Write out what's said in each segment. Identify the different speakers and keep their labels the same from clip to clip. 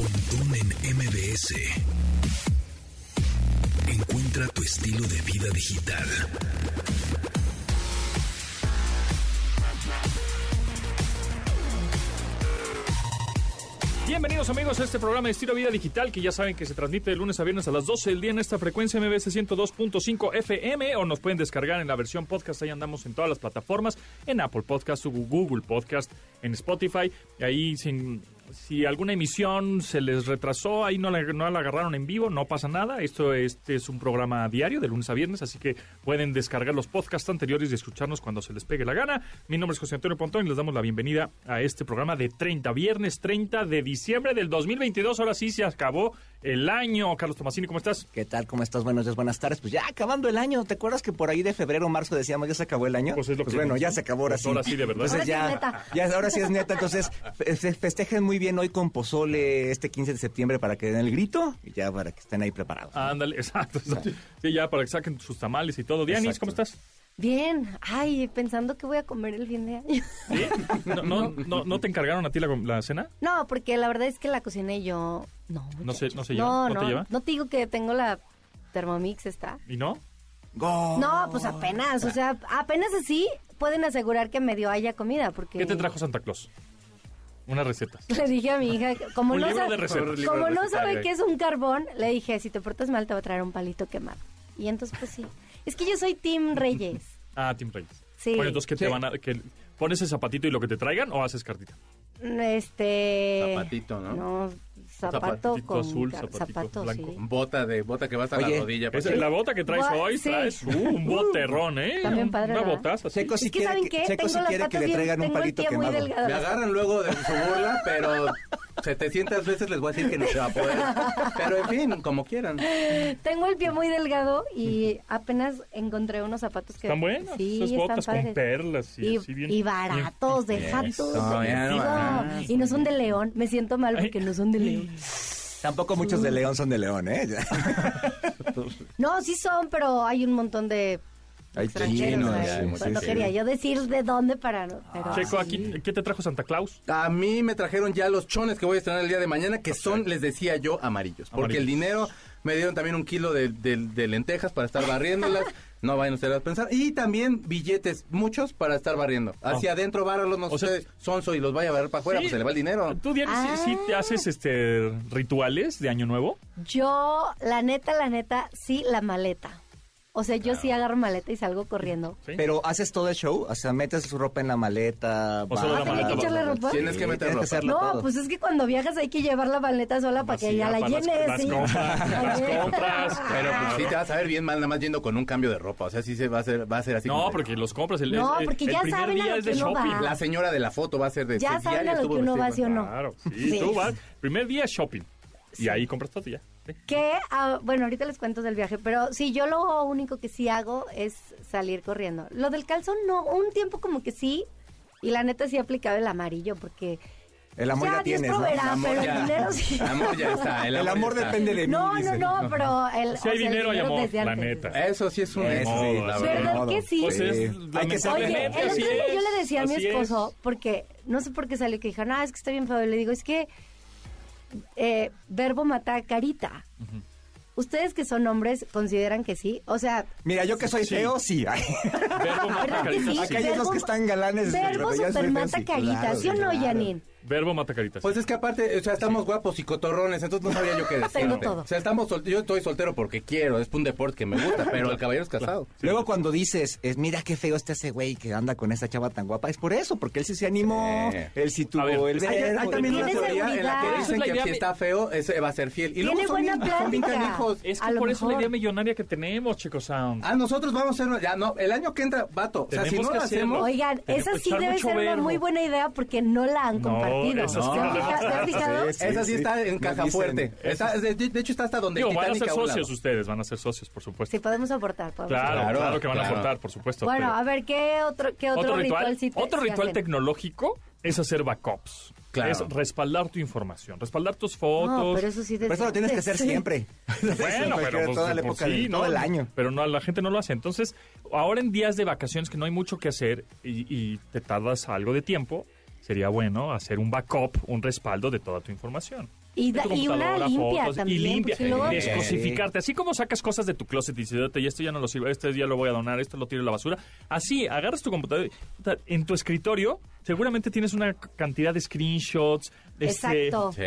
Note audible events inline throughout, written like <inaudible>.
Speaker 1: en MBS. Encuentra tu estilo de vida digital.
Speaker 2: Bienvenidos amigos a este programa de Estilo Vida Digital que ya saben que se transmite de lunes a viernes a las 12 del día en esta frecuencia MBS 102.5 FM o nos pueden descargar en la versión podcast, ahí andamos en todas las plataformas, en Apple Podcast, Google Podcast, en Spotify, ahí sin, si alguna emisión se les retrasó, ahí no la, no la agarraron en vivo, no pasa nada. Esto este es un programa diario de lunes a viernes, así que pueden descargar los podcasts anteriores y escucharnos cuando se les pegue la gana. Mi nombre es José Antonio Pontón y les damos la bienvenida a este programa de 30, viernes 30 de diciembre del 2022. Ahora sí se acabó el año. Carlos Tomasini, ¿cómo estás?
Speaker 3: ¿Qué tal? ¿Cómo estás? Buenos días, buenas tardes. Pues ya acabando el año. ¿Te acuerdas que por ahí de febrero o marzo decíamos ya se acabó el año?
Speaker 2: Pues es lo que
Speaker 3: bueno,
Speaker 2: digo.
Speaker 3: ya se acabó ahora
Speaker 2: Pues
Speaker 3: sí.
Speaker 2: ahora sí, de verdad.
Speaker 3: Entonces
Speaker 4: Ahora sí
Speaker 3: ya,
Speaker 4: es neta.
Speaker 3: ya- ahora sí es neta. Entonces fe- fe- festejen muy bien hoy con pozole este 15 de septiembre para que den el grito y ya para que estén ahí preparados.
Speaker 2: Ándale, <laughs> exacto. exacto. Sí, ya para que saquen sus tamales y todo. Dianis,
Speaker 3: Exacto.
Speaker 2: ¿cómo estás?
Speaker 4: Bien, ay, pensando que voy a comer el fin de año. <laughs>
Speaker 2: ¿Sí? ¿No, no, no, no te encargaron a ti la, la cena?
Speaker 4: No, porque la verdad es que la cociné yo. No,
Speaker 2: No se-
Speaker 4: muchachos.
Speaker 2: no se lleva,
Speaker 4: No,
Speaker 2: ¿no te lleva?
Speaker 4: no te digo que tengo la Thermomix, está.
Speaker 2: ¿Y no?
Speaker 3: ¡Gol!
Speaker 4: No, pues apenas, o sea, apenas así pueden asegurar que medio haya comida, porque.
Speaker 2: ¿Qué te trajo Santa Claus? Unas recetas.
Speaker 4: <laughs> Le dije a mi hija, como
Speaker 2: Un
Speaker 4: no
Speaker 2: libro
Speaker 4: sabe,
Speaker 2: de recetas.
Speaker 5: Un libro
Speaker 4: como
Speaker 5: de
Speaker 4: no
Speaker 5: recetas,
Speaker 4: sabe
Speaker 5: güey.
Speaker 4: qué es un carbón, le dije, si te portas mal te va a traer un palito quemado. Y entonces pues sí. Es que yo soy Team Reyes.
Speaker 2: Ah, Tim Reyes.
Speaker 4: Sí.
Speaker 2: Bueno, entonces, ¿qué te
Speaker 3: Sí.
Speaker 2: van a...? Que, ¿Pones el zapatito y lo que te traigan o haces cartita?
Speaker 4: Este
Speaker 5: Zapatito, ¿no?
Speaker 4: No, zapato
Speaker 2: Zapatito
Speaker 4: con
Speaker 2: azul,
Speaker 4: car-
Speaker 2: zapatito
Speaker 4: zapato,
Speaker 2: blanco.
Speaker 4: sí.
Speaker 5: Bota de bota que va hasta
Speaker 3: Oye,
Speaker 5: la rodilla.
Speaker 2: Es
Speaker 5: Paco.
Speaker 2: la bota que traes
Speaker 4: Gua-
Speaker 2: hoy,
Speaker 4: sí.
Speaker 2: traes uh, un boterrón, ¿eh?
Speaker 4: También padre,
Speaker 2: Una
Speaker 4: ¿verdad?
Speaker 2: botaza, sí.
Speaker 3: Checo si
Speaker 4: Es que
Speaker 3: quiere
Speaker 4: saben qué,
Speaker 3: que, Checo
Speaker 4: tengo
Speaker 3: si
Speaker 4: las
Speaker 3: quiere
Speaker 4: patas
Speaker 3: que le
Speaker 4: bien,
Speaker 3: traigan un
Speaker 4: tengo el
Speaker 3: palito
Speaker 4: pie muy
Speaker 3: quemado.
Speaker 4: delgado.
Speaker 5: Me agarran luego de su burla, pero 700 veces les voy a decir que no se va a poder. Pero en fin, como quieran.
Speaker 4: Tengo el pie muy delgado y apenas encontré unos zapatos que
Speaker 2: Están buenas.
Speaker 4: Sí,
Speaker 2: Esas botas
Speaker 4: están
Speaker 2: con
Speaker 4: padres.
Speaker 2: perlas y,
Speaker 4: y,
Speaker 2: así bien...
Speaker 4: y baratos,
Speaker 2: bien
Speaker 4: deja
Speaker 2: finas.
Speaker 4: tú.
Speaker 5: No, ya no
Speaker 4: No,
Speaker 5: más.
Speaker 4: y no son de león, me siento mal porque no son de león.
Speaker 3: Tampoco muchos
Speaker 4: Mm.
Speaker 3: de León son de León, ¿eh?
Speaker 4: <laughs> No, sí son, pero hay un montón de
Speaker 3: Hay
Speaker 4: extranjeros.
Speaker 3: chinos,
Speaker 4: ¿no?
Speaker 3: sí,
Speaker 4: Pues
Speaker 3: sí,
Speaker 4: no
Speaker 3: sí.
Speaker 4: quería yo decir de dónde para no. Pero,
Speaker 2: Checo, aquí, ¿qué te trajo Santa Claus?
Speaker 5: A mí me trajeron ya los chones que voy a estrenar el día de mañana, que son, les decía yo, amarillos. Porque
Speaker 2: Amarillos.
Speaker 5: el dinero me dieron también un kilo de, de- de lentejas para estar barriéndolas. no vayan ustedes a pensar. Y también billetes, muchos para estar barriendo. Hacia adentro, bárralos, no
Speaker 2: Ah. O sea-
Speaker 5: ustedes, sonso y los vaya a barrer para afuera,
Speaker 2: Sí.
Speaker 5: pues se le va el dinero.
Speaker 2: ¿Tú, Dianis, sí- sí, te
Speaker 4: Ah.
Speaker 2: haces este, rituales de Año Nuevo?
Speaker 4: Yo, la neta, la neta, sí, la maleta. O sea, yo
Speaker 3: Ah.
Speaker 4: sí agarro maleta y salgo corriendo.
Speaker 2: ¿Sí?
Speaker 3: Pero haces todo el show, o sea, metes su ropa en la maleta.
Speaker 2: O solo la
Speaker 3: bajas,
Speaker 2: maleta,
Speaker 3: bajas,
Speaker 2: echarle
Speaker 3: bajas.
Speaker 4: ropa?
Speaker 5: Tienes que meter
Speaker 3: tienes
Speaker 5: ropa.
Speaker 3: hacerlo
Speaker 4: No,
Speaker 3: todo.
Speaker 4: pues es que cuando viajas hay que llevar la maleta sola para que ya la
Speaker 2: Vacía, Pues para las-
Speaker 4: llenes. ¿eh?
Speaker 2: las
Speaker 4: sí. <laughs>
Speaker 2: compras, las
Speaker 4: Oye.
Speaker 2: compras.
Speaker 5: Pero pues sí te vas a ver bien mal nada más yendo con un cambio de ropa. O sea, sí se va a ser, va a ser así. como
Speaker 2: No,
Speaker 5: de-
Speaker 2: porque los compras. El,
Speaker 4: No,
Speaker 2: el-
Speaker 4: porque
Speaker 2: el
Speaker 4: ya
Speaker 2: primer
Speaker 4: saben a
Speaker 2: día
Speaker 4: lo
Speaker 2: es de
Speaker 4: que uno
Speaker 2: shopping.
Speaker 4: va.
Speaker 5: La señora de la foto va a ser de...
Speaker 4: Ya
Speaker 5: este,
Speaker 4: saben
Speaker 5: diario
Speaker 4: a lo
Speaker 5: estuvo
Speaker 4: que uno
Speaker 5: vestida
Speaker 4: va, ¿sí o
Speaker 5: con-
Speaker 4: no?
Speaker 2: Claro, sí,
Speaker 4: Sí.
Speaker 2: tú vas. Primer día shopping. Y
Speaker 4: Sí.
Speaker 2: ahí compras todo y ya. Sí.
Speaker 4: Que, ah, bueno, ahorita les cuento del viaje, pero sí, yo lo único que sí hago es salir corriendo. Lo del calzón, no, un tiempo como que sí, y la neta sí aplicaba el amarillo, porque...
Speaker 3: El amor
Speaker 4: ya,
Speaker 3: ya,
Speaker 4: Dios
Speaker 3: tienes, ¿no?
Speaker 4: proveerá,
Speaker 5: El amor
Speaker 4: pero <laughs>
Speaker 5: <laughs> ya-
Speaker 4: el dinero sí.
Speaker 5: El amor ya está. El
Speaker 3: El
Speaker 5: amor,
Speaker 3: amor
Speaker 5: ya está.
Speaker 3: depende de mí.
Speaker 4: No, no,
Speaker 3: dicen.
Speaker 4: no,
Speaker 3: <laughs>
Speaker 4: pero... El,
Speaker 2: Si hay
Speaker 4: o sea, el
Speaker 2: dinero, hay amor,
Speaker 4: desde
Speaker 2: la
Speaker 4: antes.
Speaker 2: neta.
Speaker 5: Eso sí es un...
Speaker 3: Eso
Speaker 5: modo,
Speaker 3: sí,
Speaker 5: la
Speaker 3: la
Speaker 4: ¿Verdad
Speaker 5: verdad.
Speaker 3: modo.
Speaker 4: que sí?
Speaker 2: Pues es,
Speaker 3: Hay que
Speaker 4: Oye,
Speaker 3: serle
Speaker 4: el
Speaker 2: lamentablemente,
Speaker 3: neta,
Speaker 4: otro
Speaker 2: así
Speaker 4: día
Speaker 2: es,
Speaker 4: yo le decía a mi
Speaker 2: así es.
Speaker 4: esposo, porque no sé por qué salió que dijo, no, es que está bien feo. Y le digo, es que eh, verbo mata carita. Ustedes que son hombres consideran que sí. O sea,
Speaker 3: Mira, yo que soy feo, sí. <laughs> Ay,
Speaker 2: Verbo mata
Speaker 4: <laughs> ¿verdad que
Speaker 2: caritas.
Speaker 4: sí?
Speaker 3: Acá hay
Speaker 4: verbo-
Speaker 3: esos que están galanes.
Speaker 4: verbo
Speaker 3: pero yo soy
Speaker 4: super
Speaker 3: feo,
Speaker 4: mata
Speaker 3: sí,
Speaker 4: carita,
Speaker 3: claro,
Speaker 4: ¿sí o no,
Speaker 3: claro.
Speaker 4: Yanin?
Speaker 2: Verbo mata caritas.
Speaker 5: Pues es que aparte, o sea, estamos guapos y cotorrones, entonces no sabía yo qué decir.
Speaker 4: Tengo todo.
Speaker 5: O sea, estamos sol- yo estoy soltero porque quiero, es un deporte que me gusta, pero el caballero es casado.
Speaker 3: Luego cuando dices, es, mira qué feo está ese güey que anda con esa chava tan guapa, es por eso, porque él sí se animó,
Speaker 5: Sí.
Speaker 3: él sí
Speaker 2: A ver,
Speaker 3: tuvo el
Speaker 2: hay-
Speaker 5: Hay,
Speaker 3: verbo.
Speaker 5: hay también una
Speaker 4: Tiene
Speaker 5: teoría en la
Speaker 4: seguridad.
Speaker 5: que
Speaker 2: Esa es
Speaker 5: dicen
Speaker 2: la
Speaker 5: que
Speaker 2: idea.
Speaker 5: si está feo, ese va a ser fiel. Y luego
Speaker 4: Tiene
Speaker 5: son
Speaker 4: buena
Speaker 5: bien, son bien
Speaker 4: plática.
Speaker 5: canijos.
Speaker 2: Es
Speaker 4: a
Speaker 2: que
Speaker 4: lo
Speaker 2: por eso la
Speaker 4: mejor.
Speaker 2: idea millonaria que tenemos, Checo Sound.
Speaker 5: Ah, nosotros vamos a hacer una- ya no, el año que entra, vato. O sea, si
Speaker 2: Tenemos
Speaker 5: no
Speaker 2: que
Speaker 5: lo hacemos,
Speaker 2: hacerlo.
Speaker 4: Oigan,
Speaker 2: Tenemos
Speaker 4: esa
Speaker 2: que
Speaker 4: sí
Speaker 2: usar
Speaker 4: debe
Speaker 2: pues mucho
Speaker 4: ser una
Speaker 2: verbo.
Speaker 4: muy buena idea porque no la han
Speaker 2: No,
Speaker 4: compartido.
Speaker 2: esas
Speaker 4: ¿Te
Speaker 2: sí no
Speaker 4: has fijado?
Speaker 2: las-
Speaker 4: ¿Te has fijado?
Speaker 3: Sí,
Speaker 5: esa sí está en
Speaker 3: nos
Speaker 5: caja
Speaker 3: dicen.
Speaker 5: fuerte. Está- de, de hecho, está hasta donde
Speaker 2: Digo,
Speaker 5: el
Speaker 2: van a
Speaker 5: Titanic
Speaker 2: ser
Speaker 5: a un lado.
Speaker 2: socios ustedes, van a ser socios, por supuesto.
Speaker 4: Sí, podemos aportar. podemos
Speaker 2: Claro,
Speaker 4: aportar.
Speaker 2: claro,
Speaker 5: Claro,
Speaker 2: que van a
Speaker 5: claro.
Speaker 2: aportar, por supuesto.
Speaker 4: Bueno,
Speaker 2: pero-
Speaker 4: a ver, ¿qué otro, qué otro, ritual, sí te-
Speaker 2: otro
Speaker 4: sí
Speaker 2: ritual
Speaker 4: hacen?
Speaker 2: tecnológico es hacer backups.
Speaker 5: Claro.
Speaker 2: Es respaldar tu información, respaldar tus fotos.
Speaker 4: No, pero eso sí
Speaker 3: Pero
Speaker 4: desde
Speaker 3: eso lo tienes
Speaker 4: <laughs>
Speaker 3: que
Speaker 4: antes,
Speaker 3: hacer
Speaker 4: sí.
Speaker 3: siempre. <laughs>
Speaker 2: Bueno, pero pues,
Speaker 3: toda la
Speaker 2: de por
Speaker 3: época,
Speaker 2: sí,
Speaker 3: de-
Speaker 2: ¿no?
Speaker 3: todo el año.
Speaker 2: Pero no, la gente no lo hace. Entonces, ahora en días de vacaciones que no hay mucho que hacer y, y te tardas algo de tiempo, sería bueno hacer un backup, un respaldo de toda tu información.
Speaker 4: Y,
Speaker 2: de
Speaker 4: da-
Speaker 2: tu
Speaker 4: y una
Speaker 2: computadora,
Speaker 4: limpia
Speaker 2: fotos,
Speaker 4: también. pues,
Speaker 2: Y limpia.
Speaker 4: porque luego-
Speaker 5: Eh,
Speaker 2: Descosificarte. Así como sacas cosas de tu closet y dices, "Oye, esto ya no lo sirve, esto ya lo voy a donar, esto lo tiro a la basura. Así, agarras tu computadora. y, puta, En tu escritorio, seguramente tienes una c- cantidad de screenshots, este,
Speaker 4: Exacto.
Speaker 5: Sí.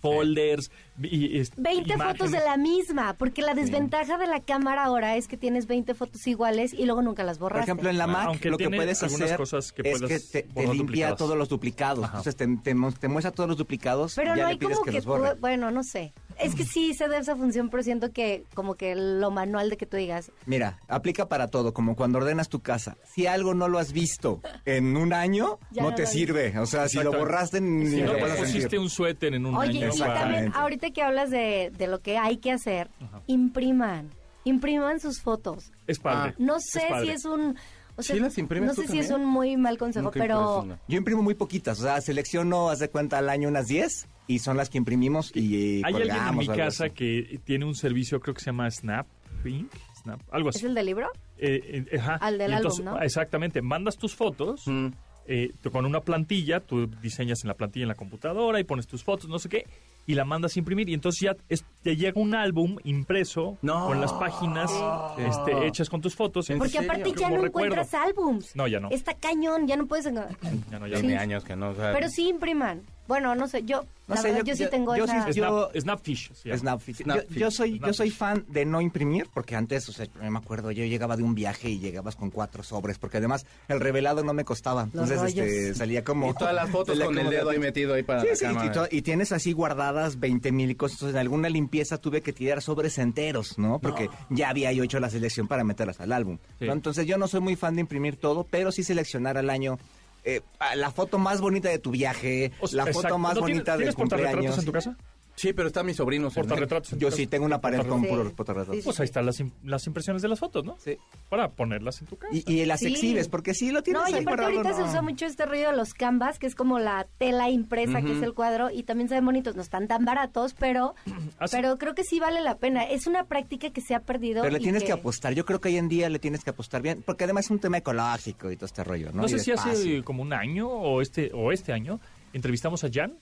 Speaker 2: folders, y, este,
Speaker 4: 20
Speaker 2: imágenes.
Speaker 4: fotos de la misma, porque la desventaja de la cámara ahora es que tienes 20 fotos iguales y luego nunca las
Speaker 3: Por
Speaker 4: borraste.
Speaker 3: ejemplo, en la
Speaker 2: Ajá.
Speaker 3: Mac
Speaker 2: Aunque
Speaker 3: lo que
Speaker 2: tiene
Speaker 3: puedes
Speaker 2: algunas
Speaker 3: hacer
Speaker 2: cosas que
Speaker 3: es
Speaker 2: puedas
Speaker 3: que te, te
Speaker 2: borrar
Speaker 3: limpia
Speaker 2: duplicadas.
Speaker 3: todos los duplicados.
Speaker 2: Ajá.
Speaker 3: Entonces te, te mu- te muestra todos los duplicados
Speaker 4: Pero
Speaker 3: y ya
Speaker 4: no
Speaker 3: le
Speaker 4: hay
Speaker 3: pides
Speaker 4: como
Speaker 3: que,
Speaker 4: que,
Speaker 3: los borre.
Speaker 4: tú- bueno, no sé. Es que sí se da esa función, pero siento que como que lo manual de que tú digas,
Speaker 3: Mira, aplica para todo, como cuando ordenas tu casa. Si algo no lo has visto en un año,
Speaker 4: Ya
Speaker 3: no,
Speaker 4: no
Speaker 3: te
Speaker 4: lo vi.
Speaker 3: sirve. O sea, si
Speaker 2: Exacto.
Speaker 3: lo borraste, ni
Speaker 2: Si no
Speaker 3: lo
Speaker 2: te
Speaker 3: vas a
Speaker 2: pusiste
Speaker 3: sentir.
Speaker 2: un suéter en un
Speaker 4: Oye,
Speaker 2: año.
Speaker 4: y
Speaker 2: para-
Speaker 4: también,
Speaker 3: Exactamente.
Speaker 4: ahorita que hablas de, de lo que hay que hacer, impriman, impriman sus fotos.
Speaker 2: Es padre.
Speaker 4: Ah, No sé si
Speaker 2: padre.
Speaker 4: es un... o sea,
Speaker 5: ¿Sí las imprimes
Speaker 4: No sé
Speaker 5: tú
Speaker 4: si es
Speaker 5: también?
Speaker 4: un muy mal consejo,
Speaker 5: Nunca
Speaker 4: pero...
Speaker 5: impresiona.
Speaker 3: Yo imprimo muy poquitas. O sea, selecciono, haz de cuenta, al año unas 10 y son las que imprimimos y eh,
Speaker 2: Hay alguien en
Speaker 3: colgamos
Speaker 2: mi
Speaker 3: o algo
Speaker 2: casa
Speaker 3: así.
Speaker 2: que tiene un servicio, creo que se llama Snap Inc. Snap, algo así.
Speaker 4: ¿Es el del libro?
Speaker 2: Eh, eh, ajá.
Speaker 4: Al del
Speaker 2: Y
Speaker 4: álbum, ¿no?
Speaker 2: Exactamente. Mandas tus fotos
Speaker 5: Mm.
Speaker 2: eh, tú con una plantilla, tú diseñas en la plantilla en la computadora y pones tus fotos, no sé qué, y la mandas a imprimir. Y entonces ya es- te llega un álbum impreso
Speaker 5: No.
Speaker 2: con las páginas
Speaker 5: Sí.
Speaker 2: este, hechas con tus fotos.
Speaker 5: ¿En
Speaker 4: Porque
Speaker 5: serio?
Speaker 4: aparte ya
Speaker 2: Como
Speaker 4: no
Speaker 2: recuerdo.
Speaker 4: encuentras álbums.
Speaker 2: No, ya no.
Speaker 4: Está cañón, ya no puedes... encontrar.
Speaker 2: Ya no, ya
Speaker 5: Tiene
Speaker 2: no.
Speaker 5: años que no. o sea,
Speaker 4: Pero sí impriman. Bueno, no sé, yo...
Speaker 3: No
Speaker 4: la
Speaker 3: sé,
Speaker 4: verdad, yo,
Speaker 3: yo-
Speaker 4: sí
Speaker 3: yo-
Speaker 4: tengo
Speaker 3: yo sí-
Speaker 4: esa...
Speaker 3: es-
Speaker 2: Snap-
Speaker 3: Yo-
Speaker 2: Snapfish. se llama.
Speaker 3: Snapfit. Yo-
Speaker 5: Snapfit.
Speaker 3: Yo, soy, yo
Speaker 2: Snapfit.
Speaker 3: soy fan de no imprimir porque antes, o sea, yo me acuerdo, yo llegaba de un viaje y llegabas con cuatro sobres porque además el revelado no me costaba.
Speaker 4: Los
Speaker 3: Entonces este,
Speaker 4: rollos.
Speaker 3: salía como...
Speaker 5: Y todas las fotos
Speaker 3: salía
Speaker 5: con el
Speaker 3: como de-
Speaker 5: dedo ahí metido ahí para
Speaker 3: Sí,
Speaker 5: la
Speaker 3: sí,
Speaker 5: cámara.
Speaker 3: y, to- y tienes así guardadas 20 mil cosas. Entonces, en alguna limpieza tuve que tirar sobres enteros, ¿no? Porque ya había yo hecho la selección para meterlas al álbum.
Speaker 2: Sí.
Speaker 3: ¿no? Entonces, yo no soy muy fan de imprimir todo, pero sí seleccionar al año eh, a la foto más bonita de tu viaje,
Speaker 2: O sea,
Speaker 3: la foto
Speaker 2: exacto.
Speaker 3: más
Speaker 2: ¿No tienes-
Speaker 3: bonita
Speaker 2: ¿Tienes
Speaker 3: del cumpleaños.
Speaker 2: portarretratos en tu casa?
Speaker 5: Sí, pero está mi sobrino.
Speaker 2: ¿Portarretratos? en tu
Speaker 3: Yo
Speaker 2: casa?
Speaker 3: sí tengo una pared con
Speaker 4: Sí.
Speaker 3: puros portarretratos.
Speaker 4: Sí,
Speaker 2: Pues ahí están las, im- las impresiones de las fotos, ¿no?
Speaker 3: Sí.
Speaker 2: Para ponerlas en tu casa.
Speaker 3: Y, y las
Speaker 4: Sí.
Speaker 3: exhibes, porque sí lo tienes
Speaker 4: No, y
Speaker 3: ahí
Speaker 4: aparte
Speaker 3: guardado,
Speaker 4: ahorita se
Speaker 3: no.
Speaker 4: usa mucho este rollo de los canvas, que es como la tela impresa, que es el cuadro, y también se ven bonitos, no están tan baratos, pero,
Speaker 2: Así-
Speaker 4: pero creo que sí vale la pena. Es una práctica que se ha perdido.
Speaker 3: Pero le
Speaker 4: y
Speaker 3: tienes que... apostar. Yo creo que hoy en día le tienes que apostar bien, porque además es un tema ecológico y todo este rollo, ¿no?
Speaker 2: No, sé
Speaker 3: Y
Speaker 2: si
Speaker 3: despacio.
Speaker 2: hace como un año o este o este año entrevistamos a Jan.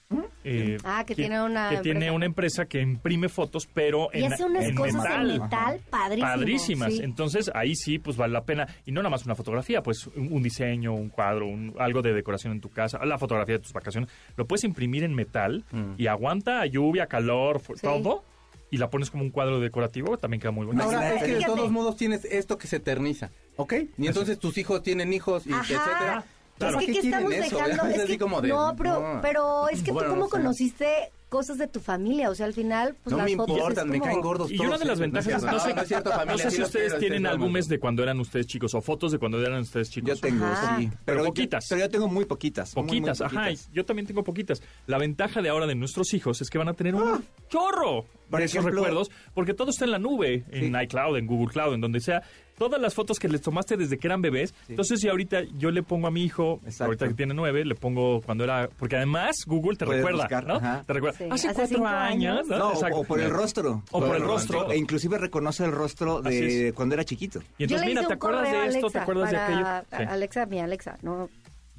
Speaker 2: eh,
Speaker 4: Ah, que tiene una
Speaker 2: que tiene
Speaker 4: empresa.
Speaker 2: una empresa que imprime fotos, pero
Speaker 4: Y hace unas
Speaker 3: en
Speaker 4: cosas en
Speaker 3: metal.
Speaker 4: metal padrísimas.
Speaker 2: padrísimas.
Speaker 4: sí.
Speaker 2: Entonces ahí sí, pues vale la pena. Y no nada más una fotografía, pues un, un diseño, un cuadro, un- algo de decoración en tu casa, la fotografía de tus vacaciones. Lo puedes imprimir en metal
Speaker 5: Mm.
Speaker 2: y aguanta lluvia, calor, fu-
Speaker 4: Sí.
Speaker 2: todo. Y la pones como un cuadro decorativo, también queda muy bonito.
Speaker 5: Ahora, es que de
Speaker 4: Fíjate.
Speaker 5: todos modos tienes esto que se eterniza, ¿ok? Y entonces tus hijos tienen hijos, y
Speaker 4: Ajá.
Speaker 5: etcétera.
Speaker 4: Es
Speaker 5: Claro.
Speaker 4: que,
Speaker 5: ¿Qué
Speaker 4: ¿qué
Speaker 5: quieren
Speaker 4: estamos
Speaker 5: eso?
Speaker 4: dejando?
Speaker 5: <laughs> Es
Speaker 4: Es
Speaker 5: así
Speaker 4: que-
Speaker 5: como de,
Speaker 4: no, pero,
Speaker 5: no.
Speaker 4: pero es que
Speaker 5: Bueno,
Speaker 4: tú cómo
Speaker 5: no sé.
Speaker 4: conociste cosas de tu familia. O sea, al final, pues
Speaker 5: no
Speaker 4: las
Speaker 5: me
Speaker 4: fotos es
Speaker 5: importan, me
Speaker 4: como-
Speaker 5: caen gordos
Speaker 2: Y
Speaker 5: todos.
Speaker 2: una de las
Speaker 5: No es
Speaker 2: ventajas,
Speaker 5: cierto,
Speaker 2: no sé,
Speaker 5: es cierto,
Speaker 2: <laughs>
Speaker 5: familia,
Speaker 2: no sé
Speaker 5: sí
Speaker 2: si
Speaker 5: los
Speaker 2: ustedes
Speaker 5: quiero,
Speaker 2: tienen
Speaker 5: estoy
Speaker 2: álbumes
Speaker 5: mamando.
Speaker 2: de cuando eran ustedes chicos o fotos de cuando eran ustedes chicos.
Speaker 3: Yo tengo,
Speaker 4: Ajá.
Speaker 3: sí.
Speaker 2: Pero
Speaker 3: yo-
Speaker 2: poquitas.
Speaker 3: pero yo tengo muy poquitas. muy, muy
Speaker 2: Poquitas, ajá,
Speaker 3: poquitas.
Speaker 2: yo también tengo poquitas. La ventaja de ahora de nuestros hijos es que van a tener un chorro
Speaker 3: Ah. Por
Speaker 2: de esos
Speaker 3: ejemplo-
Speaker 2: recuerdos, porque todo está en la nube, en iCloud, en Google Cloud, en donde sea. Todas las fotos que les tomaste desde que eran bebés. Entonces, si ahorita yo le pongo a mi hijo,
Speaker 3: Exacto.
Speaker 2: ahorita que tiene nueve, le pongo cuando era. Porque además Google te
Speaker 3: Puedes
Speaker 2: recuerda,
Speaker 3: buscar,
Speaker 2: ¿no?
Speaker 3: ajá.
Speaker 2: Te recuerda.
Speaker 4: Sí,
Speaker 2: Hace
Speaker 4: hace
Speaker 2: cuatro
Speaker 4: cinco
Speaker 2: años,
Speaker 4: años.
Speaker 2: ¿no?
Speaker 3: No, o,
Speaker 2: Exacto.
Speaker 3: o por el rostro.
Speaker 2: O por el rostro.
Speaker 3: E inclusive reconoce el rostro
Speaker 2: Así
Speaker 3: de
Speaker 2: es.
Speaker 3: cuando era chiquito.
Speaker 2: Y
Speaker 4: Yo
Speaker 2: entonces,
Speaker 4: le
Speaker 2: mira,
Speaker 4: hice
Speaker 2: ¿te
Speaker 4: un correo
Speaker 2: acuerdas de
Speaker 4: a
Speaker 2: esto? ¿Te
Speaker 4: Alexa
Speaker 2: acuerdas de aquello?
Speaker 4: para-
Speaker 2: Sí.
Speaker 4: Alexa, mi Alexa, no.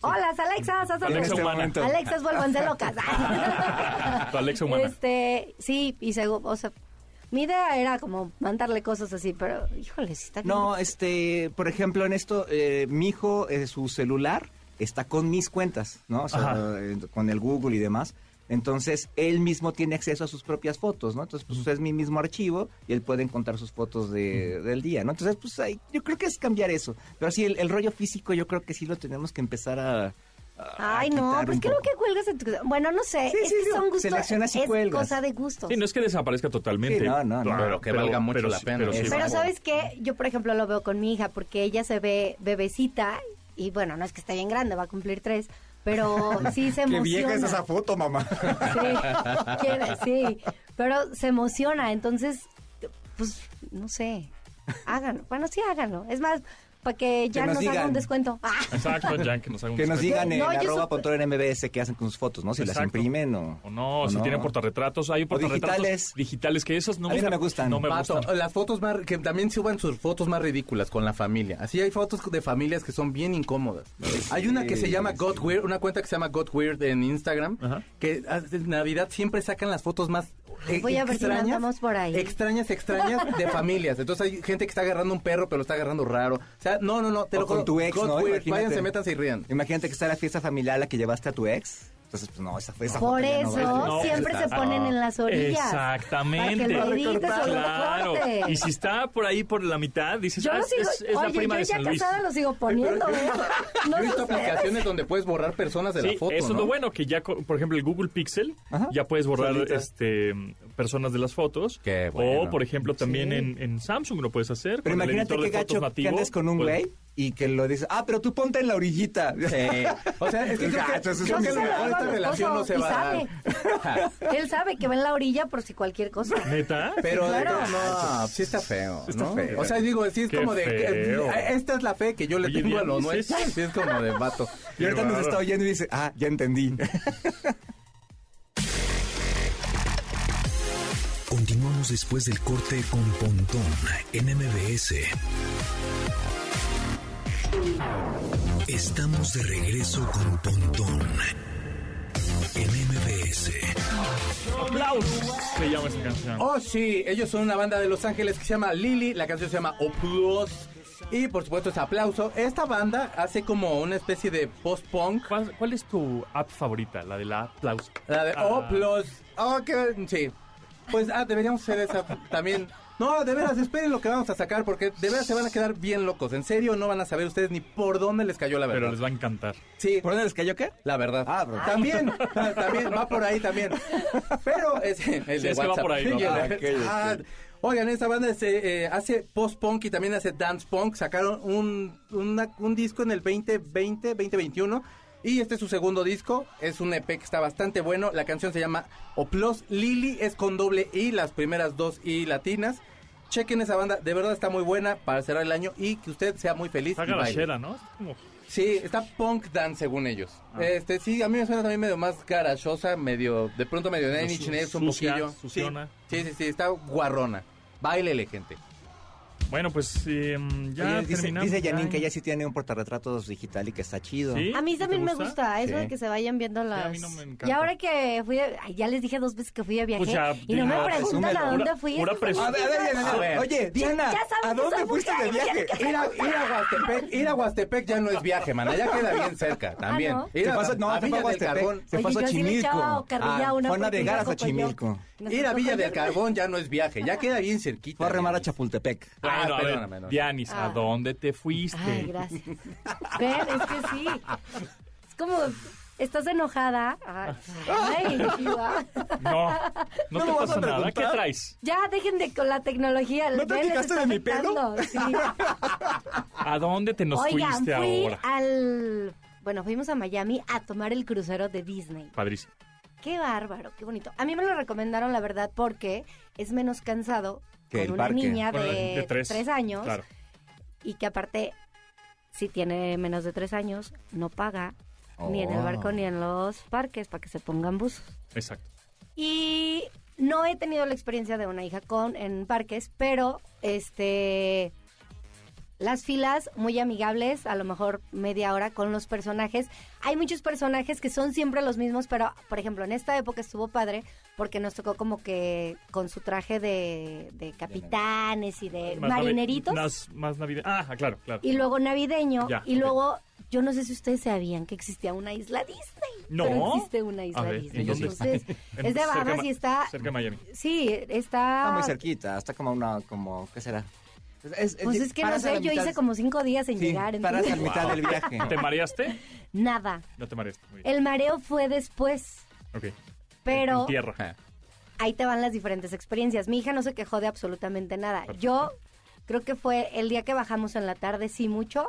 Speaker 4: Hola, Alexas, haz
Speaker 2: Alexa
Speaker 4: algo.
Speaker 2: humana.
Speaker 4: Alexas, vuélvanse locas.
Speaker 2: <laughs> Tu <laughs> Alexa humana.
Speaker 4: Este, sí, y se, o sea, mi idea era como mandarle cosas así, pero, híjole, sí está
Speaker 3: No, este, por ejemplo, en esto, eh, mi hijo, eh, su celular está con mis cuentas, ¿no? O sea,
Speaker 2: Ajá.
Speaker 3: eh, con el Google y demás. Entonces, él mismo tiene acceso a sus propias fotos, ¿no? Entonces, pues es mi mismo archivo y él puede encontrar sus fotos de- del día, ¿no? Entonces, pues ahí, yo creo que es cambiar eso. Pero sí, el, el rollo físico yo creo que sí lo tenemos que empezar a... a- a
Speaker 4: Ay, no,
Speaker 3: quitar
Speaker 4: pues
Speaker 3: un
Speaker 4: que lo
Speaker 3: poco.
Speaker 4: que cuelgas en tu... Bueno, no sé,
Speaker 3: Sí,
Speaker 4: es
Speaker 3: sí,
Speaker 4: que
Speaker 3: sí.
Speaker 4: son gustos,
Speaker 3: Seleccionas y
Speaker 4: es
Speaker 3: cuelgas.
Speaker 4: cosa de gustos.
Speaker 2: Sí, no es que desaparezca totalmente.
Speaker 3: Sí, no, no, no.
Speaker 5: Pero que valga mucho la
Speaker 2: sí-
Speaker 5: pena.
Speaker 2: sí
Speaker 3: Pero
Speaker 2: vale.
Speaker 4: Pero ¿sabes qué? Yo, por ejemplo, lo veo con mi hija porque ella se ve bebecita y bueno, no es que esté bien grande, va a cumplir tres,
Speaker 2: <laughs>
Speaker 4: pero sí se
Speaker 3: Qué
Speaker 4: emociona.
Speaker 3: vieja es esa foto, mamá.
Speaker 4: Sí, quiere- sí, pero se emociona, entonces, pues, no sé, háganlo. Bueno, sí, háganlo. Es más, para que ya
Speaker 3: nos
Speaker 4: nos, haga
Speaker 3: digan.
Speaker 2: <laughs>
Speaker 4: un descuento. Ah,
Speaker 2: Exacto, Jan, que nos haga un
Speaker 3: Que
Speaker 2: descuento.
Speaker 3: nos digan en
Speaker 4: No, yo
Speaker 3: arroba
Speaker 4: supe-
Speaker 3: control MBS qué hacen con sus fotos, ¿no? Si las
Speaker 2: Pues, Exacto.
Speaker 3: imprimen o...
Speaker 2: O no, si tienen portarretratos, hay portarretratos
Speaker 3: digitales.
Speaker 2: digitales que esos no
Speaker 3: A mí no me gustan.
Speaker 2: No me
Speaker 5: Pato,
Speaker 2: gustan.
Speaker 5: las fotos más, que también suban sus fotos más ridículas con la familia. Así hay fotos de familias que son bien incómodas. Hay una que se llama God Weird, una cuenta que se llama God Weird en Instagram,
Speaker 2: Ajá.
Speaker 5: que ah, en Navidad siempre sacan las fotos más eh,
Speaker 4: Voy a ver si no
Speaker 5: extrañas,
Speaker 4: andamos por ahí.
Speaker 5: extrañas, extrañas
Speaker 4: <laughs>
Speaker 5: de familias. Entonces hay gente que está agarrando un perro, pero lo está agarrando raro. O sea, no, no, no, te
Speaker 3: o
Speaker 5: lo
Speaker 3: con
Speaker 5: juro,
Speaker 3: tu ex,
Speaker 5: God
Speaker 3: ¿no?
Speaker 5: Weird,
Speaker 3: Imagínate.
Speaker 5: váyanse, métanse y rían.
Speaker 3: Imagínate que está la fiesta familiar a la que llevaste a tu ex. Entonces, pues no, esa, esa
Speaker 4: Ah, Por
Speaker 3: foto ya no
Speaker 4: eso
Speaker 3: vale.
Speaker 2: No,
Speaker 4: siempre
Speaker 5: pues,
Speaker 4: se
Speaker 2: Ah,
Speaker 4: ponen en las orillas.
Speaker 2: Exactamente.
Speaker 4: Para que lo edites o lo
Speaker 2: Claro.
Speaker 4: cortes.
Speaker 2: Y si está por ahí por la mitad, dices,
Speaker 4: Yo
Speaker 2: ah,
Speaker 4: lo sigo,
Speaker 2: es, es la
Speaker 4: oye,
Speaker 2: prima
Speaker 4: yo
Speaker 2: de
Speaker 4: ya
Speaker 2: San Luis.
Speaker 4: casada lo sigo poniendo. ¿eh?
Speaker 5: Yo
Speaker 4: No
Speaker 5: he visto
Speaker 4: sé ustedes.
Speaker 5: aplicaciones donde puedes borrar personas de
Speaker 2: Sí,
Speaker 5: la foto.
Speaker 2: eso es
Speaker 5: ¿no?
Speaker 2: lo bueno, que ya, co- por ejemplo, el Google Pixel,
Speaker 3: Ajá.
Speaker 2: ya puedes borrar
Speaker 5: Solita.
Speaker 2: este personas de las fotos.
Speaker 5: Qué bueno.
Speaker 2: O, por ejemplo, también en, en Samsung lo puedes hacer.
Speaker 3: Pero
Speaker 2: con el
Speaker 3: imagínate
Speaker 2: editor
Speaker 3: qué
Speaker 2: de fotos
Speaker 3: gacho que
Speaker 2: nativo,
Speaker 3: andes con un
Speaker 2: pues,
Speaker 3: güey y que lo dices, ah, pero tú ponte en la
Speaker 5: <laughs>
Speaker 3: orillita.
Speaker 5: O sea, es que creo que,
Speaker 3: Gacho, eso es
Speaker 5: creo
Speaker 4: un
Speaker 5: que a lo
Speaker 4: desastre.
Speaker 5: mejor esta relación no se
Speaker 4: Y
Speaker 5: va a
Speaker 4: sale.
Speaker 5: <laughs>
Speaker 4: <laughs>
Speaker 5: dar.
Speaker 4: Él sabe que va en la orilla por si cualquier cosa.
Speaker 2: ¿Neta?
Speaker 5: Pero
Speaker 4: Sí, claro.
Speaker 5: no, sí está feo,
Speaker 2: Ah, está
Speaker 5: ¿no?
Speaker 2: feo.
Speaker 5: O sea, digo, sí es
Speaker 2: Qué
Speaker 5: como de eh,
Speaker 2: feo.
Speaker 5: esta es la fe que yo le
Speaker 2: Oye,
Speaker 5: tengo a
Speaker 2: bien
Speaker 5: lo
Speaker 2: dices.
Speaker 5: nuestro. Sí es como de vato.
Speaker 3: Y ahorita nos está oyendo y dice, ah, ya
Speaker 5: <laughs>
Speaker 3: entendí.
Speaker 1: Continuamos después del corte con Pontón en MBS. Estamos de regreso con Pontón en MBS.
Speaker 2: Aplausos se llama esa canción.
Speaker 5: Oh, sí, ellos son una banda de Los Ángeles que se llama Lily, la canción se llama Oplos. Y por supuesto es aplauso. Esta banda hace como una especie de post-punk.
Speaker 2: ¿Cuál, cuál es tu app favorita? La de la aplauso.
Speaker 5: La de
Speaker 2: Ah.
Speaker 5: Oplos. Oh, qué- sí. Pues ah, deberíamos hacer esa también. No, de veras, esperen lo que vamos a sacar porque de veras se van a quedar bien locos. En serio, no van a saber ustedes ni por dónde les cayó la verdad.
Speaker 2: Pero les va a encantar.
Speaker 5: Sí.
Speaker 3: ¿Por dónde les cayó qué?
Speaker 5: La verdad.
Speaker 3: Ah, bro.
Speaker 5: También, ah, también, va por ahí también. Pero es el de
Speaker 2: Sí, es que va
Speaker 5: WhatsApp.
Speaker 2: por ahí,
Speaker 5: Y
Speaker 2: va
Speaker 5: el
Speaker 2: por
Speaker 5: de-
Speaker 3: ahí. Ok, ok.
Speaker 5: Ah, Oigan, esta banda es, eh, eh, hace post-punk y también hace dance-punk. Sacaron un, una- un disco en el 2020, 2021. Y este es su segundo disco. Es un EP que está bastante bueno. La canción se llama Oplos. Lily es con doble I, las primeras dos I latinas. Chequen esa banda, de verdad está muy buena para cerrar el año y que usted sea muy feliz.
Speaker 2: Está
Speaker 5: y baile.
Speaker 2: garachera, ¿no? Es como-
Speaker 5: Sí, está punk dance según ellos.
Speaker 2: Ah.
Speaker 5: Este, sí, a mí me suena también medio más garachosa, medio, de pronto medio de Nine Inch Nails un
Speaker 2: sucia,
Speaker 5: poquillo.
Speaker 2: suciona.
Speaker 5: Sí, sí, sí, sí, está guarrona. Báilele, gente.
Speaker 2: Bueno, pues eh, ya
Speaker 3: Oye, dice,
Speaker 2: terminamos.
Speaker 3: dice Janine
Speaker 2: Ya,
Speaker 3: que ella sí tiene un portarretratos digital y que está chido.
Speaker 2: ¿Sí?
Speaker 4: A mí
Speaker 2: ¿Sí te
Speaker 4: también me gusta eso
Speaker 3: Sí.
Speaker 4: de que se vayan viendo las.
Speaker 2: a mí no me encanta.
Speaker 4: Y ahora que fui, de- ay, ya les dije dos veces que fui de viaje
Speaker 2: Pues ya,
Speaker 4: y no
Speaker 2: dilo,
Speaker 4: me preguntan
Speaker 3: presúmelo.
Speaker 4: a
Speaker 2: Pura-
Speaker 4: dónde fui.
Speaker 2: pura
Speaker 4: es como-
Speaker 2: presu-
Speaker 3: A ver, a ver, Diana,
Speaker 5: A ver.
Speaker 3: Oye,
Speaker 4: Ya-
Speaker 3: Diana,
Speaker 4: ya saben
Speaker 3: ¿a
Speaker 4: que
Speaker 3: dónde
Speaker 4: soy
Speaker 3: fuiste
Speaker 4: mujer
Speaker 3: de
Speaker 4: y me
Speaker 3: viaje?
Speaker 4: tienen que-
Speaker 5: Eh, Ir a, ir a Huastepec, ir a Huastepec ya no es viaje, man. Ya queda bien cerca también.
Speaker 4: Ah, ¿no?
Speaker 5: Ir
Speaker 3: Se
Speaker 5: a,
Speaker 3: pasa- no,
Speaker 5: a
Speaker 3: se fue
Speaker 5: Villa
Speaker 3: a
Speaker 5: del
Speaker 3: Huastepec.
Speaker 5: Carbón.
Speaker 3: Se
Speaker 4: Oye,
Speaker 3: pasó a
Speaker 4: yo sí le
Speaker 3: Xochimilco.
Speaker 4: echaba carrilla
Speaker 5: Ah,
Speaker 4: una
Speaker 3: fue a navegar a
Speaker 4: oportunidad,
Speaker 3: Xochimilco.
Speaker 4: Cocoyoc.
Speaker 5: Ir a Villa del
Speaker 4: Cocoyoc.
Speaker 5: Carbón ya no es viaje, ya queda bien cerquita.
Speaker 3: Fue a remar a
Speaker 5: Dianis.
Speaker 3: Chapultepec.
Speaker 5: Ah,
Speaker 2: Bueno, a ver,
Speaker 5: perdóname, no.
Speaker 2: Dianis, ¿a
Speaker 4: Ah.
Speaker 2: dónde te fuiste?
Speaker 4: Ay, gracias. Ven, es que sí. Es como, estás enojada. Ay, ay, chiva.
Speaker 2: No, no,
Speaker 3: ¿No
Speaker 2: te
Speaker 3: lo vas a
Speaker 2: pasa nada. ¿Qué
Speaker 3: preguntar?
Speaker 2: traes?
Speaker 4: Ya, dejen de con la tecnología.
Speaker 3: ¿No te
Speaker 4: ya les
Speaker 3: fijaste
Speaker 4: está
Speaker 3: de mi pelo?
Speaker 4: afectando, sí.
Speaker 2: ¿A dónde te nos
Speaker 4: Oigan,
Speaker 2: fuiste
Speaker 4: fui
Speaker 2: ahora?
Speaker 4: al... Bueno, fuimos a Miami a tomar el crucero de Disney.
Speaker 2: Padrísimo.
Speaker 4: Qué bárbaro, qué bonito. A mí me lo recomendaron, la verdad, porque es menos cansado
Speaker 3: Que
Speaker 4: con
Speaker 3: el
Speaker 4: una
Speaker 3: parque.
Speaker 4: niña de,
Speaker 2: Bueno, de tres.
Speaker 4: tres. años
Speaker 2: Claro.
Speaker 4: y que aparte, si tiene menos de tres años, no paga ni en el
Speaker 3: Oh.
Speaker 4: barco ni en los parques para que se pongan buzos.
Speaker 2: Exacto.
Speaker 4: Y no he tenido la experiencia de una hija con en parques, pero este las filas muy amigables, a lo mejor media hora con los personajes. Hay muchos personajes que son siempre los mismos, pero por ejemplo, en esta época estuvo padre porque nos tocó como que con su traje de, de capitanes y de
Speaker 2: Más navi-
Speaker 4: Eh, marineritos.
Speaker 2: Más, más navidad. Ah, claro, claro.
Speaker 4: Y luego navideño.
Speaker 2: Ya,
Speaker 4: y
Speaker 2: ok.
Speaker 4: luego, yo no sé si ustedes sabían que existía una isla Disney.
Speaker 2: No.
Speaker 4: Pero existe una isla
Speaker 2: A ver, ¿en
Speaker 4: Disney.
Speaker 2: dónde
Speaker 4: Entonces,
Speaker 2: <laughs> En-
Speaker 4: es de
Speaker 2: cerca
Speaker 4: Bahamas
Speaker 2: Ma-
Speaker 4: y está
Speaker 2: Cerca de Miami.
Speaker 4: Sí, e-, está.
Speaker 3: Está muy cerquita, está como una, como, ¿qué será? Es-
Speaker 4: Pues es que no
Speaker 3: paras a
Speaker 4: sé,
Speaker 3: la
Speaker 4: yo
Speaker 3: mitad-
Speaker 4: hice como cinco días en
Speaker 3: Sí,
Speaker 4: llegar.
Speaker 3: paras a
Speaker 4: <laughs> entonces-
Speaker 3: la mitad del
Speaker 5: <laughs>
Speaker 3: viaje.
Speaker 4: Ah.
Speaker 2: ¿Te mareaste?
Speaker 4: Nada.
Speaker 2: No te mareaste. Muy bien.
Speaker 4: El mareo fue después,
Speaker 2: Ok.
Speaker 4: pero
Speaker 2: En tierra.
Speaker 5: Ajá.
Speaker 4: ahí te van las diferentes experiencias. Mi hija no se quejó de absolutamente nada. Yo creo que fue el día que bajamos en la tarde, sí, mucho.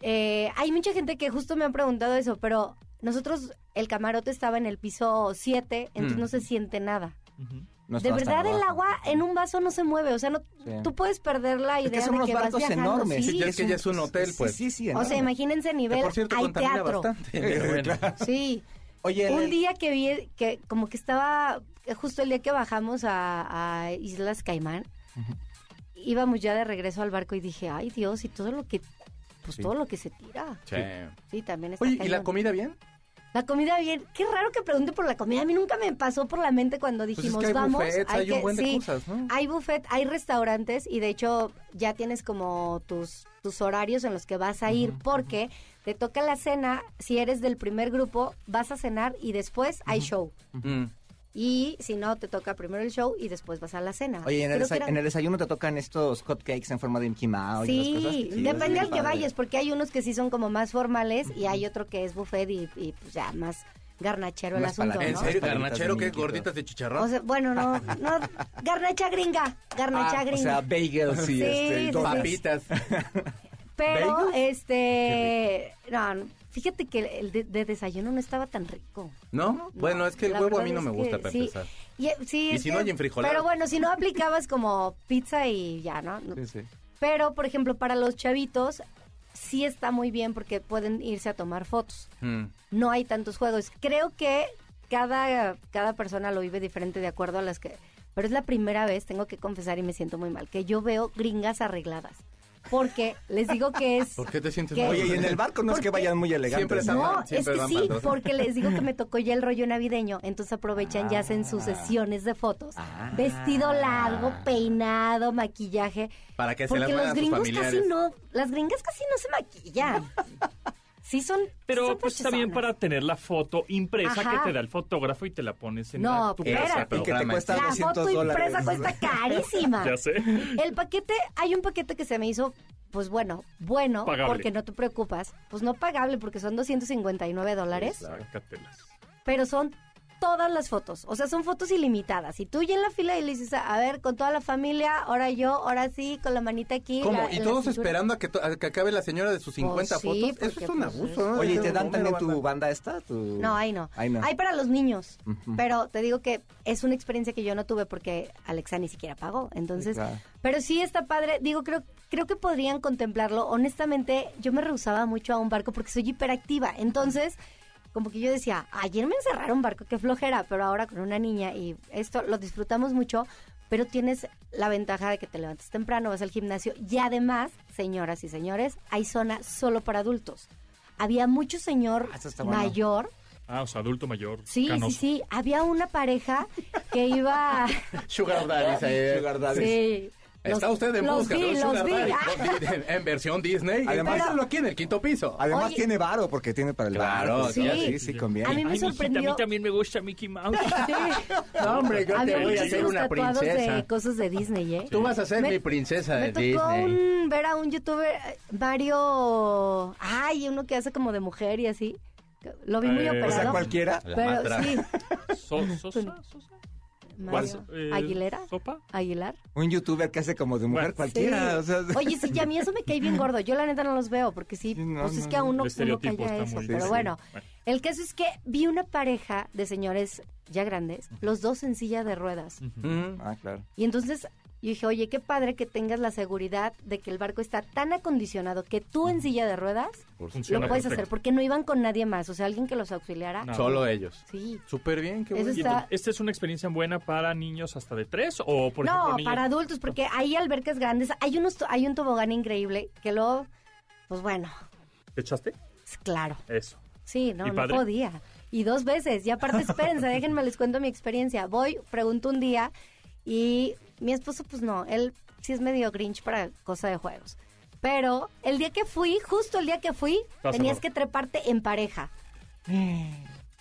Speaker 4: Eh, hay mucha gente que justo me han preguntado eso, pero nosotros, el camarote estaba en el piso 7, entonces
Speaker 5: Mm.
Speaker 4: no se siente nada.
Speaker 2: Ujú.
Speaker 3: No
Speaker 4: de
Speaker 3: estabas tan
Speaker 4: verdad el
Speaker 3: abajo.
Speaker 4: agua en un vaso no se mueve, o sea, no,
Speaker 3: Sí.
Speaker 4: tú puedes perder la
Speaker 3: Es que
Speaker 4: idea
Speaker 3: son
Speaker 4: de
Speaker 3: unos
Speaker 4: que
Speaker 3: barcos
Speaker 4: vas viajando.
Speaker 3: enormes.
Speaker 4: sí.
Speaker 5: Ya es que ya es un hotel,
Speaker 3: Sí,
Speaker 5: pues.
Speaker 3: Sí, sí,
Speaker 4: o
Speaker 3: enorme.
Speaker 4: sea, imagínense
Speaker 5: Que
Speaker 4: nivel,
Speaker 5: por cierto,
Speaker 4: hay
Speaker 5: contamina
Speaker 4: teatro.
Speaker 5: bastante.
Speaker 4: <laughs>
Speaker 5: <laughs>
Speaker 4: Sí.
Speaker 3: Oye,
Speaker 4: Un
Speaker 3: el-
Speaker 4: día que vi, que como que estaba, eh, justo el día que bajamos a, a Islas Caimán, íbamos ya de regreso al barco y dije, ay Dios, y todo lo que, pues
Speaker 5: Sí.
Speaker 4: todo lo que se tira.
Speaker 5: Sí.
Speaker 4: Sí, también está
Speaker 5: Oye, ¿y la
Speaker 4: cañón.
Speaker 5: comida bien? Pues
Speaker 4: La comida bien, qué raro que pregunte por la comida, a mí nunca me pasó por la mente cuando
Speaker 5: Pues es
Speaker 4: dijimos,
Speaker 5: que hay
Speaker 4: vamos,
Speaker 5: buffets, hay, un
Speaker 4: que-
Speaker 5: buen de
Speaker 4: sí, Ah.
Speaker 5: cosas, ¿no?
Speaker 4: Hay buffet, hay restaurantes y de hecho ya tienes como tus, tus horarios en los que vas a ir porque te toca la cena, si eres del primer grupo vas a cenar y después hay show.
Speaker 5: Mm.
Speaker 4: Y si no, te toca primero el show y después vas a la cena.
Speaker 3: Oye, en el,
Speaker 4: Creo que
Speaker 3: desa-
Speaker 4: era-
Speaker 3: en el desayuno te tocan estos hotcakes en forma de Mickey Mouse y esas cosas.
Speaker 4: Sí, depende
Speaker 3: es
Speaker 4: al que
Speaker 3: padre.
Speaker 4: vayas, porque hay unos que sí son como más formales y hay otro que es buffet y, y, pues ya más garnachero el
Speaker 3: Más
Speaker 4: asunto,
Speaker 3: paladín,
Speaker 5: ¿En
Speaker 4: ¿no?
Speaker 5: serio?
Speaker 3: Las
Speaker 5: ¿Garnachero
Speaker 3: paletas de
Speaker 5: qué?
Speaker 3: Mickey,
Speaker 5: ¿Gorditas de chicharrón?
Speaker 4: O sea, bueno, no, no, garnacha gringa, garnacha
Speaker 5: Ah,
Speaker 4: gringa.
Speaker 3: O sea, bagels y
Speaker 4: Sí,
Speaker 3: este,
Speaker 4: sí, sí.
Speaker 3: donuts.
Speaker 5: Papitas.
Speaker 4: Pero, este, no, no, fíjate que el de, de desayuno no estaba tan rico.
Speaker 5: ¿No? Bueno, es que el
Speaker 4: la
Speaker 5: huevo a
Speaker 4: verdad
Speaker 5: mí no
Speaker 4: es
Speaker 5: me gusta
Speaker 4: que
Speaker 5: para
Speaker 4: sí.
Speaker 5: empezar.
Speaker 4: Y, eh, sí,
Speaker 5: Y
Speaker 4: es
Speaker 5: si no
Speaker 4: que-
Speaker 5: hay enfrijolado.
Speaker 4: Pero bueno, si no aplicabas como pizza y ya, ¿no? No.
Speaker 3: Sí, sí.
Speaker 4: Pero, por ejemplo, para los chavitos sí está muy bien porque pueden irse a tomar fotos.
Speaker 5: Mm.
Speaker 4: No hay tantos juegos. Creo que cada, cada persona lo vive diferente de acuerdo a las que... Pero es la primera vez, tengo que confesar y me siento muy mal, que yo veo gringas arregladas. Porque les digo que
Speaker 5: <laughs>
Speaker 4: es...
Speaker 5: ¿Por qué te sientes
Speaker 4: ¿Qué?
Speaker 5: mal?
Speaker 3: Oye, y en el barco no es que vayan muy elegantes.
Speaker 5: Siempre
Speaker 3: ¿no?
Speaker 5: están
Speaker 4: No,
Speaker 5: mal,
Speaker 4: es
Speaker 5: siempre
Speaker 4: que
Speaker 5: van
Speaker 4: sí,
Speaker 5: mal, ¿no?
Speaker 4: porque les digo que
Speaker 5: <laughs>
Speaker 4: me tocó ya el rollo navideño, entonces aprovechan y hacen sus
Speaker 3: Ah.
Speaker 4: sesiones de fotos.
Speaker 3: Ah.
Speaker 4: Vestido largo, peinado, maquillaje.
Speaker 5: Para que se
Speaker 4: Porque
Speaker 5: las
Speaker 4: los
Speaker 5: puedan a sus
Speaker 4: gringos casi
Speaker 5: familiares.
Speaker 4: no, las gringas casi no se
Speaker 5: <laughs>
Speaker 4: maquillan. Sí son
Speaker 2: Pero
Speaker 4: son
Speaker 2: pues está bien para
Speaker 4: pachosonas.
Speaker 2: tener la foto impresa
Speaker 4: Ajá.
Speaker 2: que te da el fotógrafo y te la pones en
Speaker 4: No,
Speaker 2: la- tu
Speaker 4: espérate.
Speaker 2: casa.
Speaker 3: Y
Speaker 2: Pero,
Speaker 3: que te
Speaker 5: Programa.
Speaker 3: cuesta
Speaker 4: La
Speaker 3: 200
Speaker 4: foto
Speaker 3: dólares.
Speaker 4: impresa
Speaker 5: <laughs>
Speaker 4: cuesta carísima.
Speaker 2: <laughs> ya sé.
Speaker 4: El paquete, hay un paquete que se me hizo, pues bueno, bueno,
Speaker 2: Pagable.
Speaker 4: porque no te preocupas. Pues no pagable, porque son
Speaker 2: <laughs>
Speaker 4: 259 dólares.
Speaker 2: Sácatelas.
Speaker 4: pero son todas las fotos, o sea, son fotos ilimitadas. Y tú ya en la fila y le dices, a ver, con toda la familia, ahora yo, ahora sí, con la manita aquí.
Speaker 5: ¿Cómo?
Speaker 4: la-
Speaker 5: ¿Y
Speaker 4: la
Speaker 5: todos
Speaker 4: cintura.
Speaker 5: esperando a que, to- a que acabe la señora de sus 50
Speaker 4: sí,
Speaker 5: fotos?
Speaker 4: porque,
Speaker 5: Eso es un
Speaker 4: pues,
Speaker 5: abuso, ¿no?
Speaker 3: Oye, ¿y
Speaker 5: Yo
Speaker 3: te dan
Speaker 5: no me lo
Speaker 3: también
Speaker 5: van
Speaker 3: tu
Speaker 5: a-
Speaker 3: banda esta? Tu...
Speaker 4: No, ahí no.
Speaker 3: Ahí no.
Speaker 4: Hay para los niños.
Speaker 3: Ujú.
Speaker 4: Pero te digo que es una experiencia que yo no tuve porque Alexa ni siquiera pagó. Entonces,
Speaker 3: Sí, claro.
Speaker 4: pero sí está padre. Digo, creo, creo que podrían contemplarlo. Honestamente, yo me rehusaba mucho a un barco porque soy hiperactiva. Entonces, como que yo decía, ayer me encerraron un barco, qué flojera. Pero ahora con una niña y esto lo disfrutamos mucho. Pero tienes la ventaja de que te levantas temprano, vas al gimnasio y además, señoras y señores, hay zona solo para adultos. Había mucho señor
Speaker 3: Ah, eso está bueno.
Speaker 4: mayor
Speaker 2: Ah, o sea, adulto mayor.
Speaker 4: Sí, sí,
Speaker 2: canoso.
Speaker 4: sí. Había una pareja que
Speaker 5: <laughs>
Speaker 4: iba.
Speaker 5: Sugar daddies, eh.
Speaker 3: Sugar daddies.
Speaker 4: sí.
Speaker 5: Está
Speaker 4: Los-
Speaker 5: usted en
Speaker 4: los
Speaker 5: busca de
Speaker 4: vi,
Speaker 5: un
Speaker 4: los
Speaker 5: sugar
Speaker 4: vi.
Speaker 5: daddy.
Speaker 4: Ah,
Speaker 5: En versión Disney.
Speaker 3: Además-
Speaker 5: Empiézalo aquí en el quinto piso.
Speaker 3: Además
Speaker 4: Oye.
Speaker 3: tiene varo porque tiene para el
Speaker 5: Claro,
Speaker 3: barco.
Speaker 4: sí.
Speaker 3: sí, sí, conviene.
Speaker 4: A mí me
Speaker 2: Ay, mijita, a
Speaker 4: sorprendió.
Speaker 2: mí también me gusta Mickey
Speaker 4: <laughs>
Speaker 2: Mouse.
Speaker 4: Ah, sí.
Speaker 5: No, hombre, yo
Speaker 4: Había
Speaker 5: te voy a
Speaker 4: muchísimos
Speaker 5: hacer una
Speaker 4: tatuados
Speaker 5: princesa.
Speaker 4: de cosas de Disney, ¿eh?
Speaker 5: Tú vas a ser
Speaker 4: Me-
Speaker 5: mi princesa
Speaker 4: Me
Speaker 5: de
Speaker 4: tocó
Speaker 5: Disney.
Speaker 4: un- ver a un youtuber, eh, Mario. Ay, uno que hace como de mujer y así. Lo vi muy
Speaker 2: Eh, o sea,
Speaker 4: operado.
Speaker 3: O sea, cualquiera.
Speaker 5: La
Speaker 4: pero
Speaker 5: madraza.
Speaker 4: sí,
Speaker 2: So- sosa, sosa.
Speaker 4: Mario.
Speaker 2: ¿Cuál? Eh,
Speaker 4: ¿Aguilera?
Speaker 2: ¿Sopa?
Speaker 4: ¿Aguilar?
Speaker 3: Un youtuber que hace como de mujer
Speaker 2: Bueno.
Speaker 3: cualquiera. o
Speaker 4: Sí.
Speaker 3: sea, <laughs>
Speaker 4: Oye, sí, ya a mí eso me cae bien gordo. Yo la neta no los veo porque sí,
Speaker 3: Sí, no,
Speaker 4: pues es
Speaker 3: no,
Speaker 4: que a
Speaker 3: no.
Speaker 4: uno
Speaker 2: el
Speaker 4: uno
Speaker 2: estereotipo
Speaker 4: calla
Speaker 2: está
Speaker 4: eso.
Speaker 2: muy...
Speaker 4: Pero
Speaker 3: sí.
Speaker 4: bueno, pues el caso es que vi una pareja de señores ya grandes, los dos en silla de ruedas.
Speaker 5: Mm.
Speaker 3: Ah, claro.
Speaker 4: Y entonces yo dije, oye, qué padre que tengas la seguridad de que el barco está tan acondicionado que tú en silla de ruedas
Speaker 2: Funciona
Speaker 4: lo puedes
Speaker 2: perfecto.
Speaker 4: hacer porque no iban con nadie más, o sea, alguien que los auxiliara.
Speaker 2: No.
Speaker 5: Solo ellos.
Speaker 4: Sí.
Speaker 5: Súper bien, qué
Speaker 4: Eso
Speaker 5: bueno.
Speaker 2: Y
Speaker 4: está-
Speaker 2: entonces, ¿Esta es una experiencia buena para niños hasta de tres o, por
Speaker 4: no,
Speaker 2: ejemplo, niños?
Speaker 4: para adultos, porque hay albercas grandes, hay unos to- hay un tobogán increíble que luego, pues bueno,
Speaker 2: ¿Te echaste?
Speaker 4: es claro.
Speaker 2: Eso.
Speaker 4: Sí,
Speaker 2: ¿Y
Speaker 4: no, no
Speaker 2: padre?
Speaker 4: podía. Y dos veces. Y aparte,
Speaker 3: <laughs>
Speaker 4: espérense, déjenme les cuento mi experiencia. Voy, pregunto un día y mi esposo, pues no, él sí es medio grinch para cosa de juegos. Pero el día que fui, justo el día que fui,
Speaker 2: Estás
Speaker 4: tenías
Speaker 2: enojado.
Speaker 4: que treparte
Speaker 3: <gasps>
Speaker 4: en pareja.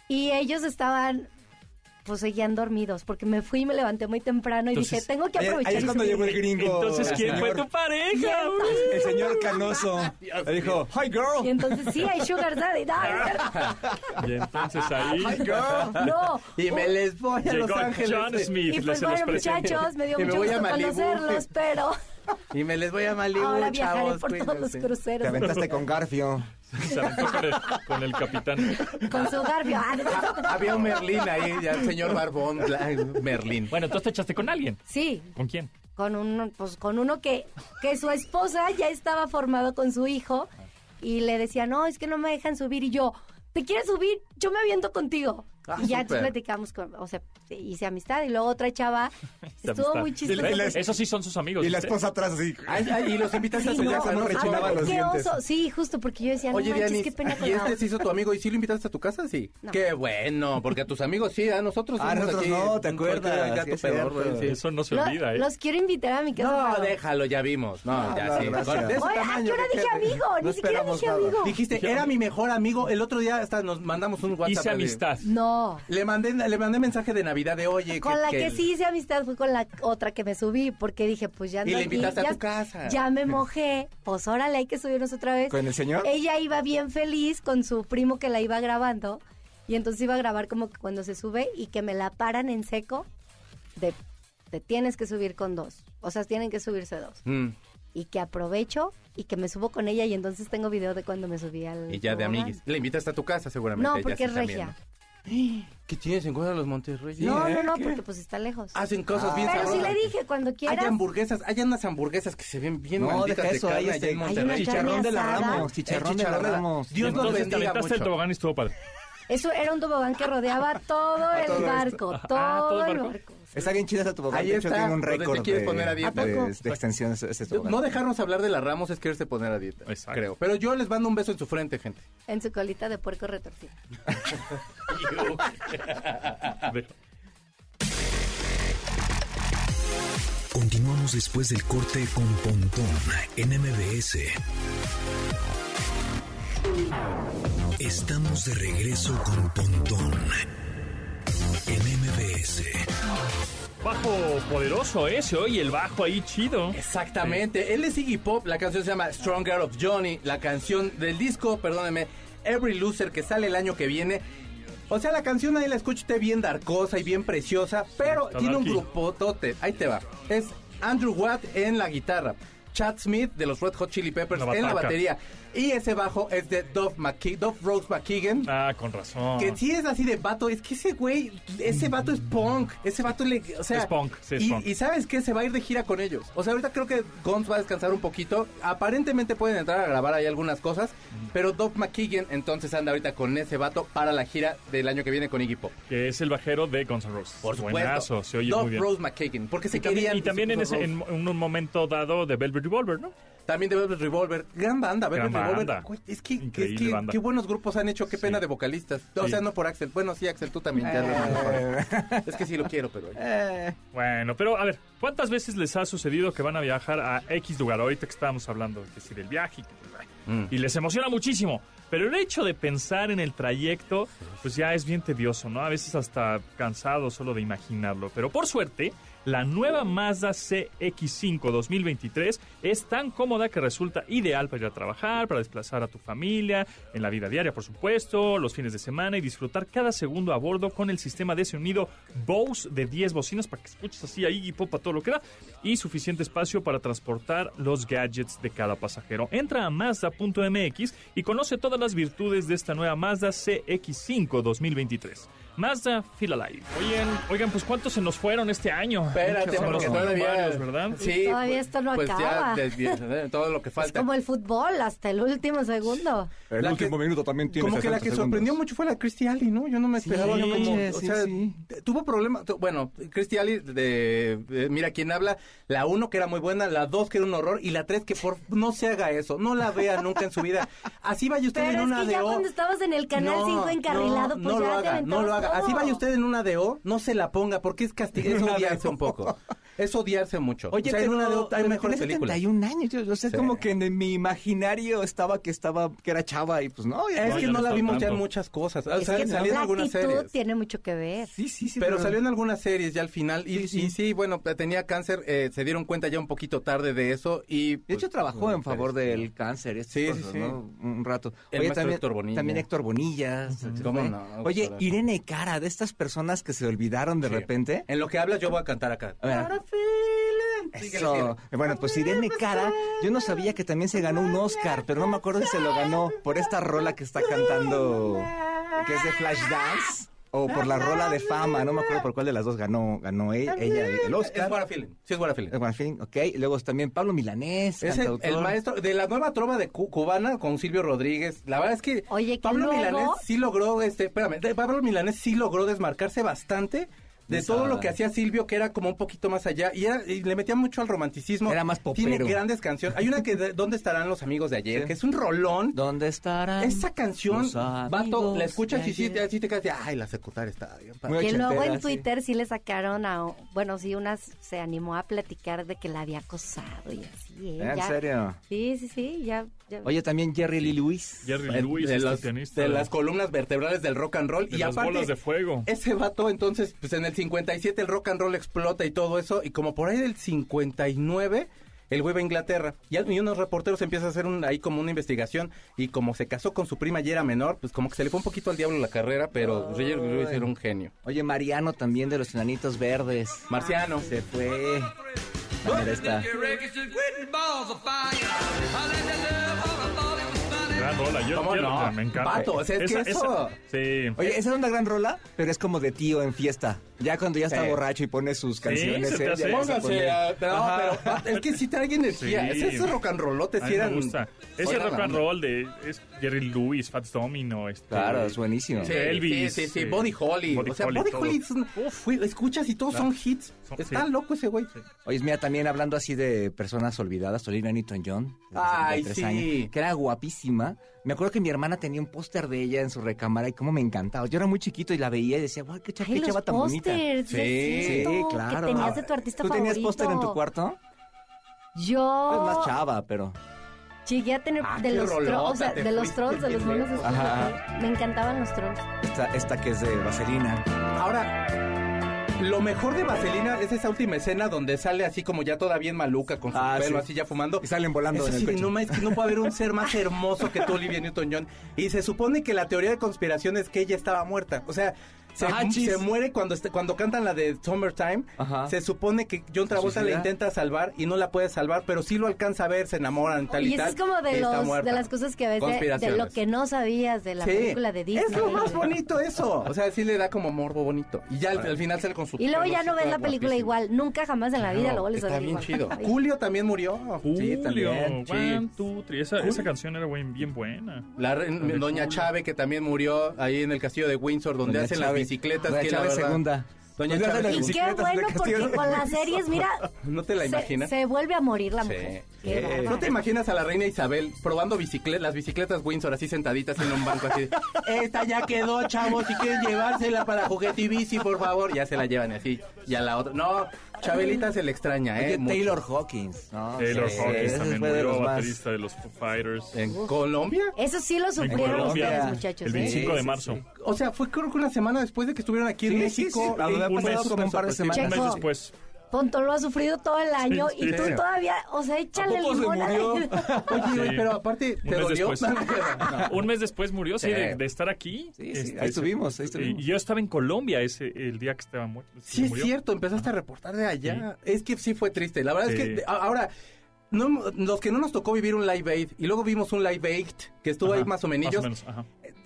Speaker 4: Y ellos estaban, pues seguían dormidos, porque me fui y me levanté muy temprano y
Speaker 2: Entonces,
Speaker 4: dije, tengo que
Speaker 3: Ahí-
Speaker 4: aprovechar.
Speaker 3: Ahí
Speaker 4: este
Speaker 3: es
Speaker 4: y
Speaker 3: cuando
Speaker 4: subir".
Speaker 3: llegó el gringo.
Speaker 2: Entonces,
Speaker 3: el
Speaker 2: ¿quién fue
Speaker 3: señor-
Speaker 2: tu
Speaker 4: <laughs>
Speaker 2: pareja?
Speaker 3: <laughs>
Speaker 4: Yes.
Speaker 3: El señor Canoso. Le dijo, hi
Speaker 4: Y
Speaker 3: girl.
Speaker 4: entonces sí, hay sugar
Speaker 3: <laughs>
Speaker 4: daddy. No,
Speaker 2: Y entonces ahí
Speaker 3: Hi
Speaker 5: <laughs>
Speaker 3: girl.
Speaker 4: no.
Speaker 5: Y me les voy a
Speaker 2: llegó
Speaker 5: Los Ángeles.
Speaker 2: John Smith.
Speaker 4: Y
Speaker 2: les
Speaker 4: pues
Speaker 2: se los
Speaker 4: bueno,
Speaker 2: presento.
Speaker 4: muchachos, me dio
Speaker 5: Y me
Speaker 4: mucho
Speaker 5: voy a
Speaker 4: gusto
Speaker 5: Malibu.
Speaker 4: conocerlos, pero
Speaker 5: Y me les voy a <laughs> Malibu,
Speaker 4: ahora viajaré
Speaker 5: chavos.
Speaker 4: por todos los
Speaker 5: cuídense.
Speaker 4: cruceros.
Speaker 3: Te aventaste con Garfio.
Speaker 2: Se aventó con el, con el capitán.
Speaker 4: Con su
Speaker 5: <laughs>
Speaker 4: garbio. Ah, no.
Speaker 5: Había un Merlín ahí, ya el señor Barbón, la- Merlín.
Speaker 2: Bueno, tú te echaste con alguien.
Speaker 4: <laughs> Sí,
Speaker 2: ¿Con quién?
Speaker 4: con uno, pues, con uno que, que su esposa ya estaba formado con su hijo y le decía, no, es que no me dejan subir. Y yo, ¿te quieres subir? Yo me aviento contigo.
Speaker 5: Ah,
Speaker 4: y ya
Speaker 5: súper.
Speaker 4: entonces platicamos, con, o sea, hice amistad. Y luego otra
Speaker 5: <laughs>
Speaker 4: chava,
Speaker 2: De
Speaker 4: estuvo
Speaker 2: amistad.
Speaker 6: Y la-
Speaker 4: muy
Speaker 6: y la-
Speaker 4: chistosa.
Speaker 2: Esos sí son sus amigos.
Speaker 6: Y la
Speaker 5: Pues,
Speaker 2: ¿viste?
Speaker 6: esposa atrás así.
Speaker 5: Ay, ay, y los invitaste a
Speaker 4: Sí,
Speaker 5: tu
Speaker 4: no,
Speaker 6: casa,
Speaker 5: casa, ¿no?
Speaker 6: no, rechinaba
Speaker 4: aparte,
Speaker 6: los
Speaker 4: qué
Speaker 6: dientes.
Speaker 4: oso. Sí, justo, porque yo decía,
Speaker 5: Oye,
Speaker 4: no manches,
Speaker 5: Dianis,
Speaker 4: qué pena con
Speaker 5: ¿y
Speaker 4: la
Speaker 5: este
Speaker 4: otra.
Speaker 5: se hizo tu amigo y sí lo invitaste a tu casa? Sí.
Speaker 4: No.
Speaker 5: Qué bueno, porque a tus amigos sí, a nosotros.
Speaker 3: Ah,
Speaker 5: somos
Speaker 3: nosotros
Speaker 5: aquí
Speaker 3: no, ¿te
Speaker 5: un coche de
Speaker 3: acuerdas?
Speaker 5: gato
Speaker 3: Sí, es
Speaker 5: pedorro,
Speaker 3: cierto.
Speaker 5: sí.
Speaker 2: Eso no se
Speaker 4: Lo-
Speaker 2: olvida, ¿eh?
Speaker 4: Los quiero invitar a mi casa.
Speaker 5: No,
Speaker 4: pero-
Speaker 5: déjalo, ya vimos. No,
Speaker 3: No,
Speaker 5: ya
Speaker 3: Ah, no,
Speaker 5: sí.
Speaker 3: gracias.
Speaker 5: Con- de ese
Speaker 4: Oye, ¿a
Speaker 5: tamaño,
Speaker 4: qué hora
Speaker 5: ¿qué
Speaker 4: dije
Speaker 5: te-
Speaker 4: amigo?
Speaker 3: No
Speaker 4: Ni siquiera
Speaker 3: esperamos
Speaker 4: dije
Speaker 3: nada.
Speaker 4: amigo.
Speaker 5: Dijiste, era mi mejor amigo. El otro día hasta nos mandamos un WhatsApp.
Speaker 2: Hice
Speaker 5: de-
Speaker 2: amistad.
Speaker 4: No.
Speaker 5: Le mandé, le mandé mensaje de Navidad de oye.
Speaker 4: Con la que sí hice amistad fue con la otra que me subí, porque dije, pues ya
Speaker 5: Y
Speaker 4: ando
Speaker 5: la
Speaker 4: aquí,
Speaker 5: invitaste a
Speaker 4: ya-
Speaker 5: tu casa.
Speaker 4: Ya me mojé, pues órale, hay que subirnos otra vez.
Speaker 6: ¿Con el señor?
Speaker 4: Ella iba bien feliz con su primo que la iba grabando, y entonces iba a grabar como que cuando se sube y que me la paran en seco, de te tienes que subir con dos, o sea, tienen que subirse dos.
Speaker 5: Mm,
Speaker 4: Y que aprovecho y que me subo con ella, y entonces tengo video de cuando me subí al.
Speaker 5: y ya de
Speaker 4: tobogán.
Speaker 5: amiguis. Le invitaste a tu casa seguramente.
Speaker 4: No,
Speaker 5: ella
Speaker 4: porque
Speaker 5: sí
Speaker 4: es
Speaker 5: también,
Speaker 4: regia.
Speaker 5: ¿no? ¿Qué tienes en cuenta los Monterrey?
Speaker 4: no,
Speaker 6: ¿eh?
Speaker 4: no, no,
Speaker 6: ¿Qué?
Speaker 4: porque pues está lejos.
Speaker 5: Hacen cosas bien
Speaker 4: Pero sí
Speaker 5: sabrosas.
Speaker 4: le dije, cuando
Speaker 5: Hay
Speaker 4: quieras.
Speaker 5: hamburguesas, hay unas hamburguesas que se ven bien
Speaker 3: No,
Speaker 5: malditas
Speaker 3: deja
Speaker 5: de
Speaker 3: eso,
Speaker 5: carne
Speaker 3: ahí
Speaker 5: allá
Speaker 3: este-
Speaker 5: en
Speaker 3: hay
Speaker 5: Monterrey.
Speaker 4: una
Speaker 5: Chicharrón.
Speaker 3: Chicharrón de la
Speaker 4: asada.
Speaker 3: Ramos, chicharrón de la
Speaker 5: Chicharrón.
Speaker 3: Ramos.
Speaker 5: Dios nos
Speaker 2: Entonces te
Speaker 5: bendiga
Speaker 2: aventaste el
Speaker 5: mucho.
Speaker 2: tobogán y estuvo
Speaker 4: <laughs>
Speaker 2: padre.
Speaker 4: Eso era un tobogán que
Speaker 5: <laughs>
Speaker 4: rodeaba todo el
Speaker 3: todo esto.
Speaker 4: barco,
Speaker 2: Ah,
Speaker 4: todo,
Speaker 2: ¿todo el
Speaker 4: el
Speaker 2: barco?
Speaker 4: barco. sí.
Speaker 3: Está bien chida esa tobogán.
Speaker 5: Ahí
Speaker 3: de hecho,
Speaker 5: está,
Speaker 3: tiene un
Speaker 5: donde te
Speaker 3: récord
Speaker 5: quieres
Speaker 3: de,
Speaker 5: poner a dieta.
Speaker 3: de-
Speaker 4: ¿A poco?
Speaker 3: de extensiones ese tobogán.
Speaker 5: No dejarnos hablar de la Ramos es quererse poner a dieta,
Speaker 2: Exacto.
Speaker 5: creo. Pero yo les mando un beso en su frente, gente.
Speaker 4: En su colita de puerco retorcido.
Speaker 1: Continuamos después del corte con Pontón en MBS. Estamos de regreso con Pontón en MBS.
Speaker 2: Bajo poderoso ese, oye, el bajo ahí chido.
Speaker 5: Exactamente. Él es Iggy Pop. La canción se llama Strong Girl of Johnny. La canción del disco, perdónenme, Every Loser, que sale el año que viene. O sea, la canción ahí la escuchaste bien darkosa y bien preciosa, pero
Speaker 2: está
Speaker 5: tiene un
Speaker 2: darky.
Speaker 5: grupotote. Ahí te va. Es Andrew Watt en la guitarra. Chad Smith de los Red Hot Chili Peppers
Speaker 2: La
Speaker 5: en la
Speaker 2: bataca.
Speaker 5: batería. Y ese bajo es de Dove, McKe- Dove Rose McKagan.
Speaker 2: Ah, con razón.
Speaker 5: Que sí es así de vato, es que ese güey, ese vato es punk, ese vato le, o sea,
Speaker 2: Es punk, sí, es
Speaker 5: y,
Speaker 2: punk.
Speaker 5: y sabes que se va a ir de gira con ellos. O sea, ahorita creo que Guns va a descansar un poquito. Aparentemente pueden entrar a grabar ahí algunas cosas, pero Doug McKeegan entonces anda ahorita con ese vato para la gira del año que viene con Iggy Pop.
Speaker 2: Que es el bajero de Guns N' Roses.
Speaker 5: Por supuesto.
Speaker 2: Buenazo, se oye
Speaker 5: Doug
Speaker 2: muy bien.
Speaker 5: Rose McKagan, porque se
Speaker 2: Y también,
Speaker 5: querían
Speaker 2: y también en,
Speaker 5: se puso
Speaker 2: ese-
Speaker 5: Rose.
Speaker 2: en un un momento dado de Velvet Revolver, ¿no?
Speaker 5: también de Velvet Revolver, gran banda, Velvet
Speaker 2: Gran
Speaker 5: Revolver.
Speaker 2: banda.
Speaker 5: Güey, Es que, es
Speaker 2: Increíble
Speaker 5: que
Speaker 2: banda.
Speaker 5: qué buenos grupos han hecho, qué pena
Speaker 2: Sí.
Speaker 5: de vocalistas. O
Speaker 2: Sí.
Speaker 5: sea, no por Axel. Bueno, sí, Axel, tú también. ya
Speaker 4: Eh.
Speaker 5: lo- Es que sí lo quiero, pero
Speaker 2: Bueno, pero a ver, ¿cuántas veces les ha sucedido que van a viajar a X lugar? Ahorita que estábamos hablando que sí, del viaje y, que- y les emociona muchísimo. Pero el hecho de pensar en el trayecto, pues ya es bien tedioso, ¿no? A veces hasta cansado solo de imaginarlo. Pero por suerte, la nueva Mazda CX5 2023 es tan cómoda que resulta ideal para ir a trabajar, para desplazar a tu familia, en la vida diaria, por supuesto, los fines de semana y disfrutar cada segundo a bordo con el sistema de sonido Bose de 10 bocinas para que escuches así ahí y popa todo lo que da y suficiente espacio para transportar los gadgets de cada pasajero. Entra a Mazda.mx y conoce todas las virtudes de esta nueva Mazda CX5 2023. Mazda Feel Alive. Oigan, oigan, pues ¿cuántos se nos fueron este año?
Speaker 5: Espérate,
Speaker 2: Muchos, ¿no?
Speaker 5: porque
Speaker 2: Los
Speaker 5: todavía.
Speaker 2: varios, ¿verdad?
Speaker 5: Sí,
Speaker 4: Todavía
Speaker 5: pues-
Speaker 4: esto no
Speaker 5: pues
Speaker 4: acaba.
Speaker 5: Ya, desvi- todo lo que
Speaker 4: Es
Speaker 5: falta.
Speaker 4: como el fútbol, hasta el último segundo.
Speaker 6: El
Speaker 5: La
Speaker 6: último
Speaker 5: que-
Speaker 6: minuto también tiene
Speaker 5: como que la
Speaker 6: 60
Speaker 5: que
Speaker 6: segundos.
Speaker 5: sorprendió mucho fue la Christy Alley, ¿no? Yo no me esperaba.
Speaker 3: no
Speaker 5: como-
Speaker 3: manches,
Speaker 5: o
Speaker 3: sí,
Speaker 5: sea,
Speaker 3: sí.
Speaker 5: t- tuvo problemas. tu- Bueno, Christy Alley, de, de Mira quién habla, la uno que era muy buena, la dos que era un horror y la tres que por no se haga eso, no la vea nunca en su vida. Así vaya usted en
Speaker 4: Pero
Speaker 5: una
Speaker 4: es que
Speaker 5: de
Speaker 4: ya
Speaker 5: O.
Speaker 4: cuando estabas en el canal
Speaker 5: No,
Speaker 4: 5 encarrilado, pues
Speaker 5: no, no
Speaker 4: ya
Speaker 5: lo
Speaker 4: te
Speaker 5: haga, no
Speaker 4: aventabas
Speaker 5: lo haga.
Speaker 4: todo.
Speaker 5: Así vaya usted en una de O, no se la ponga porque es castigar, es odiarse un poco. Es odiarse mucho.
Speaker 3: Oye,
Speaker 5: o sea, en
Speaker 3: pero,
Speaker 5: una de O hay
Speaker 3: pero
Speaker 5: mejores
Speaker 3: tiene
Speaker 5: películas.
Speaker 3: 71 años, yo- o sea,
Speaker 5: Sí.
Speaker 3: es como que en mi imaginario estaba que estaba que era chava y pues no, ya-
Speaker 5: Es
Speaker 2: No,
Speaker 5: que
Speaker 2: ya
Speaker 5: no
Speaker 2: no
Speaker 5: la
Speaker 2: está
Speaker 5: vimos ya en
Speaker 2: tanto.
Speaker 5: muchas cosas. O
Speaker 4: Es
Speaker 5: sea,
Speaker 4: que
Speaker 5: salió en
Speaker 4: la
Speaker 5: algunas
Speaker 4: actitud
Speaker 5: series.
Speaker 4: tiene mucho que ver.
Speaker 3: sí, sí, sí,
Speaker 5: Pero salió en algunas series ya al final. Y y
Speaker 3: Sí,
Speaker 5: sí,
Speaker 3: sí.
Speaker 5: bueno, tenía cáncer. eh, se dieron cuenta ya un poquito tarde de eso. Y, pues,
Speaker 3: De hecho, trabajó en favor del cáncer, estas
Speaker 5: este, Sí, sí,
Speaker 3: cosas,
Speaker 5: sí.
Speaker 3: ¿no? Un rato.
Speaker 5: El maestro
Speaker 3: también
Speaker 5: Héctor Bonilla.
Speaker 3: También Héctor Bonilla. se- se
Speaker 5: ¿Cómo
Speaker 3: fue.
Speaker 5: no?
Speaker 3: Oye,
Speaker 5: Claro.
Speaker 3: Irene Cara, de estas personas que se olvidaron de
Speaker 5: Sí.
Speaker 3: repente. Eh, Ah,
Speaker 5: En lo que hablas, yo voy a cantar acá.
Speaker 3: A ver.
Speaker 5: Síguele,
Speaker 3: Eso.
Speaker 5: síguele.
Speaker 3: Bueno, pues Irene Cara, yo no sabía que también se ganó un Oscar, pero no me acuerdo si se lo ganó por esta rola que está cantando, que es de Flashdance, o por la rola de fama, no me acuerdo por cuál de las dos ganó, ganó e- ella el
Speaker 5: Es
Speaker 3: Oscar.
Speaker 5: Guara Feeling. Sí, es Guara Feeling.
Speaker 3: Eh, Bueno, en fin, ok. Y Luego también Pablo Milanés,
Speaker 5: Es el,
Speaker 3: cantautor.
Speaker 5: el maestro de la nueva trova de cu- cubana con Silvio Rodríguez. La verdad es que
Speaker 4: Oye, que
Speaker 5: Pablo
Speaker 4: luego-
Speaker 5: Milanés sí logró, este, espérame, de- Pablo Milanés sí logró desmarcarse bastante de
Speaker 3: Esa-
Speaker 5: todo lo que hacía Silvio, que era como un poquito más allá y, era- y le metía mucho al romanticismo.
Speaker 3: Era más
Speaker 5: Tiene
Speaker 3: popero.
Speaker 5: grandes canciones. Hay una que de- ¿Dónde estarán los amigos de ayer?
Speaker 3: Sí.
Speaker 5: Que es un rolón.
Speaker 3: ¿Dónde estará?
Speaker 5: Esa canción,
Speaker 3: Los
Speaker 5: vato,
Speaker 3: amigos
Speaker 5: la escuchas
Speaker 3: de
Speaker 5: y sí,
Speaker 3: ayer.
Speaker 5: te- sí te quedas de, ay, la secundaria está bien. padre".
Speaker 3: Muy
Speaker 4: Que luego
Speaker 3: ochentera,
Speaker 4: en
Speaker 3: sí.
Speaker 4: Twitter sí le sacaron a. Bueno, sí, una se animó a platicar de que la había acosado y así. ¿eh?
Speaker 5: Ah,
Speaker 3: ¿Eh? ¿En
Speaker 4: Ya-
Speaker 3: serio?
Speaker 4: Sí, sí, sí, ya. ya-
Speaker 3: Oye, también Jerry Lee Lewis.
Speaker 2: Jerry
Speaker 5: Eh,
Speaker 2: Lewis,
Speaker 5: de,
Speaker 2: este
Speaker 5: las,
Speaker 2: pianista.
Speaker 5: de
Speaker 2: de-
Speaker 5: las columnas vertebrales del rock and roll
Speaker 2: de
Speaker 5: y
Speaker 2: las
Speaker 5: aparte
Speaker 2: bolas de fuego.
Speaker 5: <laughs> Ese vato, entonces, pues en el 57 el rock and roll explota y todo eso, y como por ahí del 59, el güey va a Inglaterra. Y, al- y unos reporteros empiezan a hacer un- ahí como una investigación, y como se casó con su prima y era menor, pues como que se le fue un poquito al diablo la carrera, pero Roger Lewis era un genio.
Speaker 3: Oye, Mariano también de los Enanitos Verdes.
Speaker 5: Marciano.
Speaker 3: Se fue. A ver, está.
Speaker 2: Gran rola, yo-
Speaker 5: ¿Cómo
Speaker 2: yo-
Speaker 5: no?
Speaker 2: Me encanta.
Speaker 5: Vato, o sea, es que eso-
Speaker 2: sí.
Speaker 3: Oye, esa es una gran rola, pero es como de tío en fiesta. Ya cuando ya está
Speaker 5: Sí.
Speaker 3: borracho y pone sus canciones.
Speaker 2: se te
Speaker 3: él ya
Speaker 2: hace.
Speaker 3: empieza a
Speaker 5: Póngase
Speaker 3: poner-
Speaker 5: a- no,
Speaker 3: Ajá.
Speaker 5: ah, pero vato, es que sí trae energía.
Speaker 2: Sí.
Speaker 5: Ese, ese rock and rollote
Speaker 2: A
Speaker 5: sí
Speaker 2: mí me
Speaker 5: eran.
Speaker 2: gusta. Ese
Speaker 5: Oye,
Speaker 2: rock
Speaker 5: la
Speaker 2: and
Speaker 5: onda.
Speaker 2: roll de es Jerry Lewis, Fats Domino, este,
Speaker 3: Claro, es buenísimo.
Speaker 5: Sí,
Speaker 2: Elvis,
Speaker 5: sí, sí, sí,
Speaker 2: eh,
Speaker 5: Body Holly.
Speaker 2: Buddy
Speaker 5: o sea,
Speaker 2: Holly,
Speaker 5: Body
Speaker 2: todo.
Speaker 5: Holly es un- güey, escuchas y todos son hits.
Speaker 2: Son-
Speaker 5: Está
Speaker 2: sí.
Speaker 5: loco ese güey.
Speaker 3: Oye, mira, también hablando así de personas olvidadas, Olivia Newton-John, de
Speaker 5: Ay,
Speaker 3: 73
Speaker 5: sí.
Speaker 3: años, que era guapísima. Me acuerdo que mi hermana tenía un póster de ella en su recámara y cómo me encantaba. Yo era muy chiquito y la veía y decía, guau, qué, cha-
Speaker 4: Ay,
Speaker 3: qué
Speaker 4: los
Speaker 3: chava tan bonita.
Speaker 4: pósters, ya
Speaker 5: Sí,
Speaker 4: es cierto,
Speaker 3: Sí, claro.
Speaker 4: Que tenías de tu artista
Speaker 3: ¿Tú
Speaker 4: favorito. Oh.
Speaker 3: tenías póster en tu cuarto?
Speaker 4: Yo.
Speaker 3: Pues más chava, pero...
Speaker 4: Llegué a tener
Speaker 5: Ah,
Speaker 4: de,
Speaker 5: qué
Speaker 4: los tro-
Speaker 5: rolota,
Speaker 4: o sea,
Speaker 5: te
Speaker 4: de los
Speaker 5: fuiste
Speaker 4: trolls, de los
Speaker 5: bien
Speaker 4: monos.
Speaker 5: lejos.
Speaker 4: esos,
Speaker 3: Ajá.
Speaker 4: Me encantaban los trolls.
Speaker 3: Esta, esta que es de vaselina.
Speaker 5: Ahora, lo mejor de Vaselina es esa última escena donde sale así como ya toda bien maluca con su
Speaker 3: Ah,
Speaker 5: pelo
Speaker 3: sí.
Speaker 5: así ya fumando.
Speaker 3: Y salen volando
Speaker 5: Es
Speaker 3: en el
Speaker 5: así de,
Speaker 3: coche.
Speaker 5: no, ma, es que no puede haber un ser más hermoso que tú, Olivia Newton-John. Y se supone que la teoría de conspiración es que ella estaba muerta. O sea, se,
Speaker 3: Ah, chis.
Speaker 5: se muere cuando, este- cuando cantan la de Summertime.
Speaker 3: Ajá.
Speaker 5: Se supone que John Travolta la
Speaker 3: suicida?
Speaker 5: intenta salvar y no la puede salvar, pero sí lo alcanza a ver, se enamoran, tal y,
Speaker 4: y eso
Speaker 5: tal.
Speaker 4: es como
Speaker 5: y
Speaker 4: de,
Speaker 5: está
Speaker 4: los,
Speaker 5: muerta.
Speaker 4: de las cosas que ves eh, de- de, lo
Speaker 5: Conspiraciones.
Speaker 4: que no sabías de la
Speaker 5: Sí.
Speaker 4: película de Disney.
Speaker 5: Es lo más bonito eso. O sea, sí le da como morbo bonito. Y ya al, al final sale con su
Speaker 4: Y luego
Speaker 5: pelo
Speaker 4: ya no
Speaker 5: así
Speaker 4: ves
Speaker 5: todo
Speaker 4: la película
Speaker 5: guapísimo.
Speaker 4: igual. Nunca jamás en la vida
Speaker 5: No,
Speaker 4: lo vuelves a
Speaker 5: está
Speaker 4: ver
Speaker 5: bien
Speaker 4: igual.
Speaker 5: chido.
Speaker 4: Ay,
Speaker 5: Julio también murió. Sí,
Speaker 2: Julio,
Speaker 5: también.
Speaker 2: one,
Speaker 5: Sí.
Speaker 2: two, three. Esa, esa canción era buen- bien buena.
Speaker 5: La re-
Speaker 2: de
Speaker 5: doña
Speaker 2: Julio.
Speaker 5: Chávez, que también murió ahí en el castillo de Windsor, donde
Speaker 3: Doña
Speaker 5: hacen las
Speaker 3: Chávez.
Speaker 5: bicicletas.
Speaker 3: Doña
Speaker 5: que la
Speaker 3: Chávez
Speaker 5: verdad-
Speaker 3: segunda. Doña
Speaker 5: Doña Chávez
Speaker 3: Chávez
Speaker 5: segunda.
Speaker 4: Y qué
Speaker 3: bicicletas de
Speaker 4: bueno,
Speaker 3: Castillo
Speaker 4: porque
Speaker 3: de
Speaker 4: con las series,
Speaker 5: <laughs>
Speaker 4: mira,
Speaker 5: ¿No te la
Speaker 4: se-
Speaker 5: imaginas?
Speaker 4: Se, vuelve a morir la
Speaker 5: Sí.
Speaker 4: mujer.
Speaker 5: Sí. Eh,
Speaker 4: Qué bárbaro.
Speaker 5: ¿No te imaginas a la reina Isabel probando bicicle- las bicicletas Windsor así sentaditas en un banco
Speaker 3: <laughs>
Speaker 5: así? de, Esta ya quedó, chavos, si quieren llevársela para juguete y bici, por favor. Ya se la llevan así. Y a la otra. No, Chabelita se le extraña, ¿eh?
Speaker 3: Oye,
Speaker 5: Mucho.
Speaker 3: Taylor Hawkins. ¿no?
Speaker 2: Taylor
Speaker 3: Sí,
Speaker 2: Hawkins
Speaker 3: ese
Speaker 2: también
Speaker 3: fue de
Speaker 2: murió,
Speaker 3: los más.
Speaker 2: baterista de los Foo Fighters.
Speaker 5: ¿En Colombia?
Speaker 4: Eso sí lo sufrieron
Speaker 2: Colombia,
Speaker 4: ustedes, muchachos.
Speaker 2: el
Speaker 4: ¿eh?
Speaker 2: 25 de
Speaker 3: sí,
Speaker 2: marzo.
Speaker 5: O sea, fue creo que una semana después de que estuvieron aquí en
Speaker 3: Sí, sí,
Speaker 5: México.
Speaker 3: sí, la verdad,
Speaker 5: Un
Speaker 3: ha pasado
Speaker 5: mes,
Speaker 3: como un par de
Speaker 5: súper
Speaker 2: Un
Speaker 3: semanas.
Speaker 2: mes
Speaker 4: Checo.
Speaker 2: después.
Speaker 4: Ponto lo ha sufrido todo el año
Speaker 2: Sí,
Speaker 4: y tú
Speaker 5: sí.
Speaker 4: todavía, o sea, échale
Speaker 3: poco se
Speaker 4: limón a la-
Speaker 3: murió?
Speaker 5: Oye, güey, pero aparte,
Speaker 2: Un
Speaker 5: ¿te
Speaker 2: mes
Speaker 5: dolió?
Speaker 2: después.
Speaker 5: <laughs> No.
Speaker 2: Un mes después murió, sí,
Speaker 5: Sí.
Speaker 2: de, de estar aquí. Este,
Speaker 3: Sí, sí, ahí estuvimos, ahí estuvimos.
Speaker 2: Y Eh, yo estaba en Colombia ese el día que estaba muerto.
Speaker 5: Sí, es
Speaker 2: murió.
Speaker 5: cierto, empezaste a reportar de allá. Es que sí fue triste. La verdad
Speaker 2: Sí.
Speaker 5: es que a- ahora, no, los que no nos tocó vivir un live aid y luego vimos un live aid que estuvo
Speaker 2: Ajá,
Speaker 5: ahí más o menos. eh,
Speaker 2: ajá.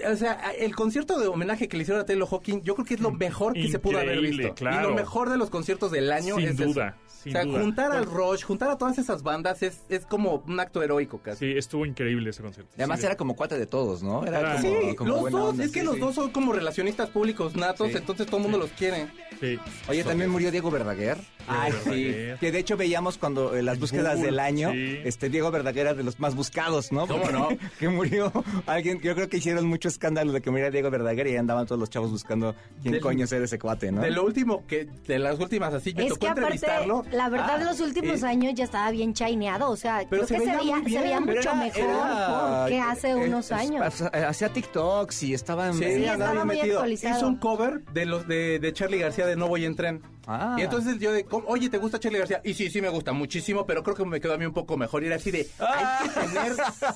Speaker 5: O sea, el concierto de homenaje que le hicieron a Taylor Hawking, yo creo que es lo mejor que se pudo haber
Speaker 2: Increíble,
Speaker 5: visto. Y
Speaker 2: claro.
Speaker 5: lo mejor de los conciertos del año
Speaker 2: Sin
Speaker 5: es eso.
Speaker 2: duda, sin
Speaker 5: o sea,
Speaker 2: duda.
Speaker 5: juntar al Rush, juntar a todas esas bandas es, es como un acto heroico casi.
Speaker 2: Sí, estuvo increíble ese concierto.
Speaker 3: Y además
Speaker 2: Sí,
Speaker 3: era como cuate de todos, ¿no?
Speaker 2: Era-
Speaker 3: Era
Speaker 5: Sí,
Speaker 3: como, como
Speaker 5: los
Speaker 3: buena
Speaker 5: dos,
Speaker 3: onda,
Speaker 5: es que
Speaker 3: sí,
Speaker 5: los
Speaker 3: sí.
Speaker 5: dos son como relacionistas públicos natos,
Speaker 3: Sí.
Speaker 5: entonces todo el mundo los quiere.
Speaker 2: sí.
Speaker 3: Oye, también murió Diego Verdaguer.
Speaker 5: Ay, sí.
Speaker 3: Que de hecho veíamos cuando eh, las búsquedas
Speaker 2: Google,
Speaker 3: del año,
Speaker 2: sí.
Speaker 3: este Diego Verdaguer era de los más buscados, ¿no?
Speaker 5: ¿Cómo
Speaker 3: Porque-
Speaker 5: no?
Speaker 3: <laughs> que murió alguien, yo creo que hicieron mucho escándalo de que muriera Diego Verdaguer y ahí andaban todos los chavos buscando quién
Speaker 5: Del-
Speaker 3: coño es ese cuate, ¿no?
Speaker 5: De lo último que, de las últimas así, me
Speaker 4: Es
Speaker 5: tocó
Speaker 4: que aparte,
Speaker 5: entrevistarlo.
Speaker 4: la verdad,
Speaker 5: Ah,
Speaker 4: los últimos
Speaker 5: eh,
Speaker 4: años ya estaba bien chaineado. O sea, creo que
Speaker 5: Pero se
Speaker 4: se
Speaker 5: veía
Speaker 4: veía,
Speaker 5: muy bien,
Speaker 4: se veía
Speaker 5: pero
Speaker 4: mucho
Speaker 5: era-
Speaker 4: mejor
Speaker 5: era-
Speaker 4: que hace
Speaker 3: eh,
Speaker 4: unos
Speaker 3: eh,
Speaker 4: años.
Speaker 3: hacía- Hacía TikToks y estaba... en-
Speaker 5: Sí,
Speaker 4: Sí,
Speaker 5: andaba
Speaker 4: estaba muy
Speaker 5: metido.
Speaker 4: actualizado.
Speaker 5: Hizo un cover de los de, de Charlie García de No Voy en Tren.
Speaker 3: Ah.
Speaker 5: Y entonces yo de, ¿cómo? oye, ¿te gusta Charlie García? Y sí, sí me gusta muchísimo, pero creo que me quedó a mí un poco mejor. Y era así de, hay que tener,